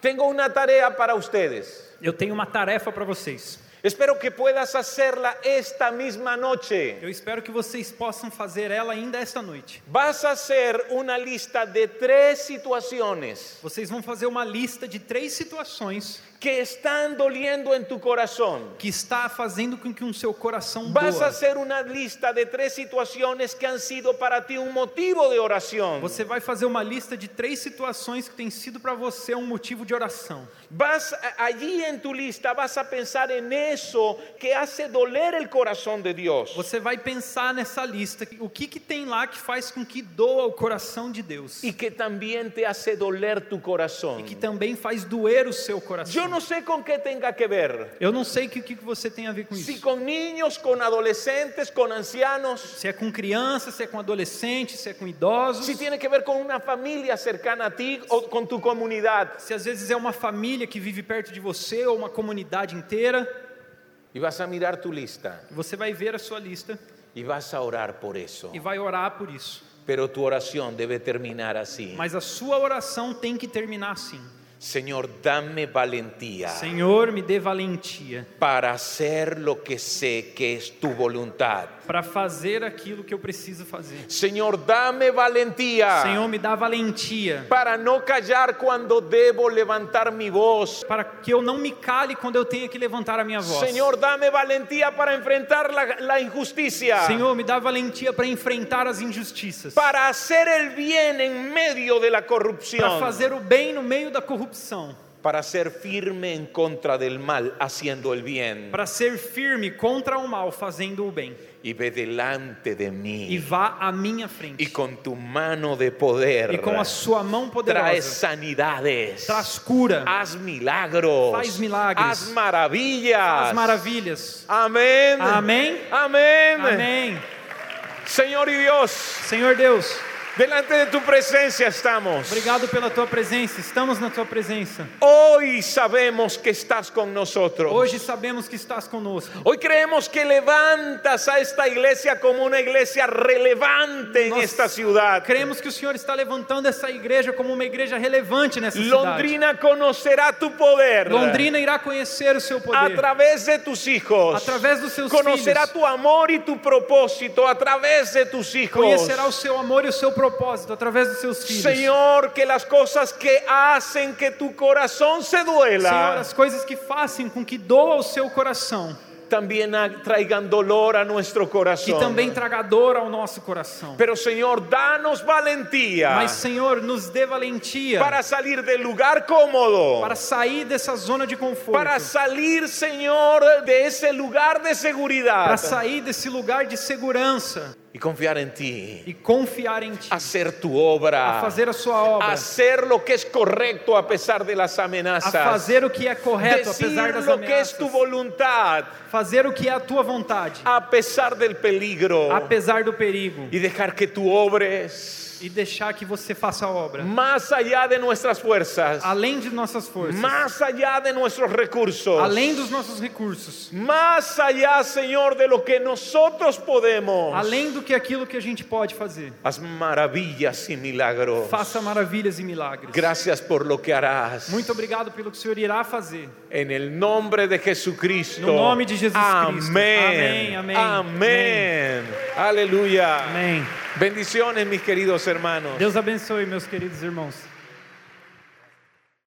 Speaker 1: Tengo una tarea para ustedes.
Speaker 2: Eu tenho uma tarefa para vocês.
Speaker 1: Espero que puedas hacerla esta misma noche.
Speaker 2: Eu espero que vocês possam fazer ela ainda esta noite.
Speaker 1: Vas a hacer una lista de tres situaciones
Speaker 2: Vocês vão fazer uma lista de três situações
Speaker 1: que están doliendo en tu corazón.
Speaker 2: que está fazendo com que o seu coração
Speaker 1: Vas a
Speaker 2: doa.
Speaker 1: hacer una lista de tres situaciones que han sido para ti un motivo de oración.
Speaker 2: Você vai fazer uma lista de três situações que têm sido para você um motivo de oração.
Speaker 1: Vas a- allí en tu lista, vas a pensar en eso que hace doler el corazón de Dios.
Speaker 2: Você vai pensar nessa lista, o que que tem lá que faz com que doa o coração de Deus
Speaker 1: Y
Speaker 2: e
Speaker 1: que también te hace doler tu corazón.
Speaker 2: que também faz doer o seu
Speaker 1: Yo
Speaker 2: coração.
Speaker 1: no sé con qué tenga que ver.
Speaker 2: Eu não sei que- o que que você tem a ver com
Speaker 1: Si
Speaker 2: isso.
Speaker 1: con niños, con adolescentes, con ancianos.
Speaker 2: Se é com criança, se é com adolescente, se é com idosos.
Speaker 1: Si tiene que ver con una familia cercana a ti o con tu comunidad.
Speaker 2: Se às vezes é uma família que vive perto de você ou uma comunidade inteira,
Speaker 1: Y vas a mirar tu lista
Speaker 2: você vai ver a sua lista
Speaker 1: y vas a orar por eso.
Speaker 2: e vai orar por isso.
Speaker 1: Pero tu oración debe terminar así.
Speaker 2: Mas a sua oração tem que terminar assim:
Speaker 1: Señor, dame
Speaker 2: Tá.
Speaker 1: valentía
Speaker 2: Senhor, me dê valentia
Speaker 1: para hacer lo que sé que es tu voluntad.
Speaker 2: para fazer aquilo que eu preciso fazer.
Speaker 1: Señor, dame valentía
Speaker 2: Senhor, me dá valentia
Speaker 1: para no callar cuando debo levantar mi voz.
Speaker 2: para que eu não me cale quando eu tenha que levantar a minha voz.
Speaker 1: Señor, dame valentía para enfrentar la, la injusticia,
Speaker 2: Senhor, me dá valentia para enfrentar as injustiças, ah. para
Speaker 1: para hacer el bien en medio de la corrupción,
Speaker 2: fazer o bem no meio da corrupção,
Speaker 1: para ser firme en contra del mal, haciendo el bien.
Speaker 2: para ser firme contra o mal, fazendo o bem.
Speaker 1: Y ve delante de mí
Speaker 2: E vá à minha frente.
Speaker 1: y con tu mano de poder
Speaker 2: e com a sua mão
Speaker 1: trae
Speaker 2: poderosa
Speaker 1: sanidades.
Speaker 2: traz cura,
Speaker 1: Haz milagros.
Speaker 2: Faz milagres.
Speaker 1: Haz maravillas.
Speaker 2: as maravilhas.
Speaker 1: Amén.
Speaker 2: Amén.
Speaker 1: Amén.
Speaker 2: Amém.
Speaker 1: Señor y Dios,
Speaker 2: Senhor Deus,
Speaker 1: delante de tu presencia estamos.
Speaker 2: obrigado pela tua presença. Estamos na tua presença.
Speaker 1: Hoy sabemos que estás con nosotros.
Speaker 2: Hoje sabemos que estás conosco.
Speaker 1: Hoy creemos que levantas a esta iglesia como una iglesia relevante en
Speaker 2: Nós
Speaker 1: esta ciudad.
Speaker 2: Cremos que o Senhor está levantando essa igreja como uma igreja relevante nessa cidade.
Speaker 1: Londrina conocerá tu poder.
Speaker 2: Londrina irá conhecer o seu
Speaker 1: a
Speaker 2: poder.
Speaker 1: través de tus hijos.
Speaker 2: Através dos seus
Speaker 1: Conocerá
Speaker 2: filhos.
Speaker 1: tu amor y tu propósito a través de tus hijos.
Speaker 2: Conhecerá o seu amor e o seu propósito através dos seus filhos.
Speaker 1: Señor, que las cosas que hacen que tu corazón se
Speaker 2: Senhor,
Speaker 1: duela
Speaker 2: as coisas que fazem com que doa o seu coração,
Speaker 1: también ha- traigan dolor a nuestro
Speaker 2: que
Speaker 1: corazón.
Speaker 2: também traga dor ao nosso coração.
Speaker 1: Pero Señor, danos valentía
Speaker 2: Mas, Senhor, nos dê valentia
Speaker 1: para
Speaker 2: para,
Speaker 1: salir del lugar cómodo.
Speaker 2: sair dessa zona de conforto,
Speaker 1: Para
Speaker 2: para,
Speaker 1: salir, Señor, de ese lugar de seguridad
Speaker 2: sair desse lugar de segurança
Speaker 1: y confiar en ti,
Speaker 2: e confiar em Ti,
Speaker 1: hacer tu
Speaker 2: a
Speaker 1: obra,
Speaker 2: fazer a Sua obra,
Speaker 1: hacer lo que es correcto a pesar de las
Speaker 2: a
Speaker 1: amenazas,
Speaker 2: fazer o que é correto,
Speaker 1: decir
Speaker 2: apesar das
Speaker 1: lo que es tu
Speaker 2: ameaças,
Speaker 1: voluntad
Speaker 2: fazer o que é a Tua vontade,
Speaker 1: a pesar del peligro
Speaker 2: apesar do perigo,
Speaker 1: y dejar que tú obres
Speaker 2: e deixar que você faça a obra,
Speaker 1: más allá de nuestras fuerzas,
Speaker 2: além de nossas forças,
Speaker 1: más allá de nuestros recursos,
Speaker 2: além dos nossos recursos,
Speaker 1: más allá, Señor, de lo que nosotros podemos.
Speaker 2: além do que aquilo que a gente pode fazer.
Speaker 1: Haz maravillas y milagros.
Speaker 2: Faça maravilhas e milagres.
Speaker 1: Gracias por lo que harás.
Speaker 2: Muito obrigado pelo que o Senhor irá fazer.
Speaker 1: En el nombre de Jesucristo.
Speaker 2: No nome de Jesus Cristo.
Speaker 1: Amén.
Speaker 2: Amén, amén,
Speaker 1: Amén. Aleluya.
Speaker 2: Amém.
Speaker 1: Bendiciones, mis queridos hermanos.
Speaker 2: Deus abençoe, meus queridos irmãos.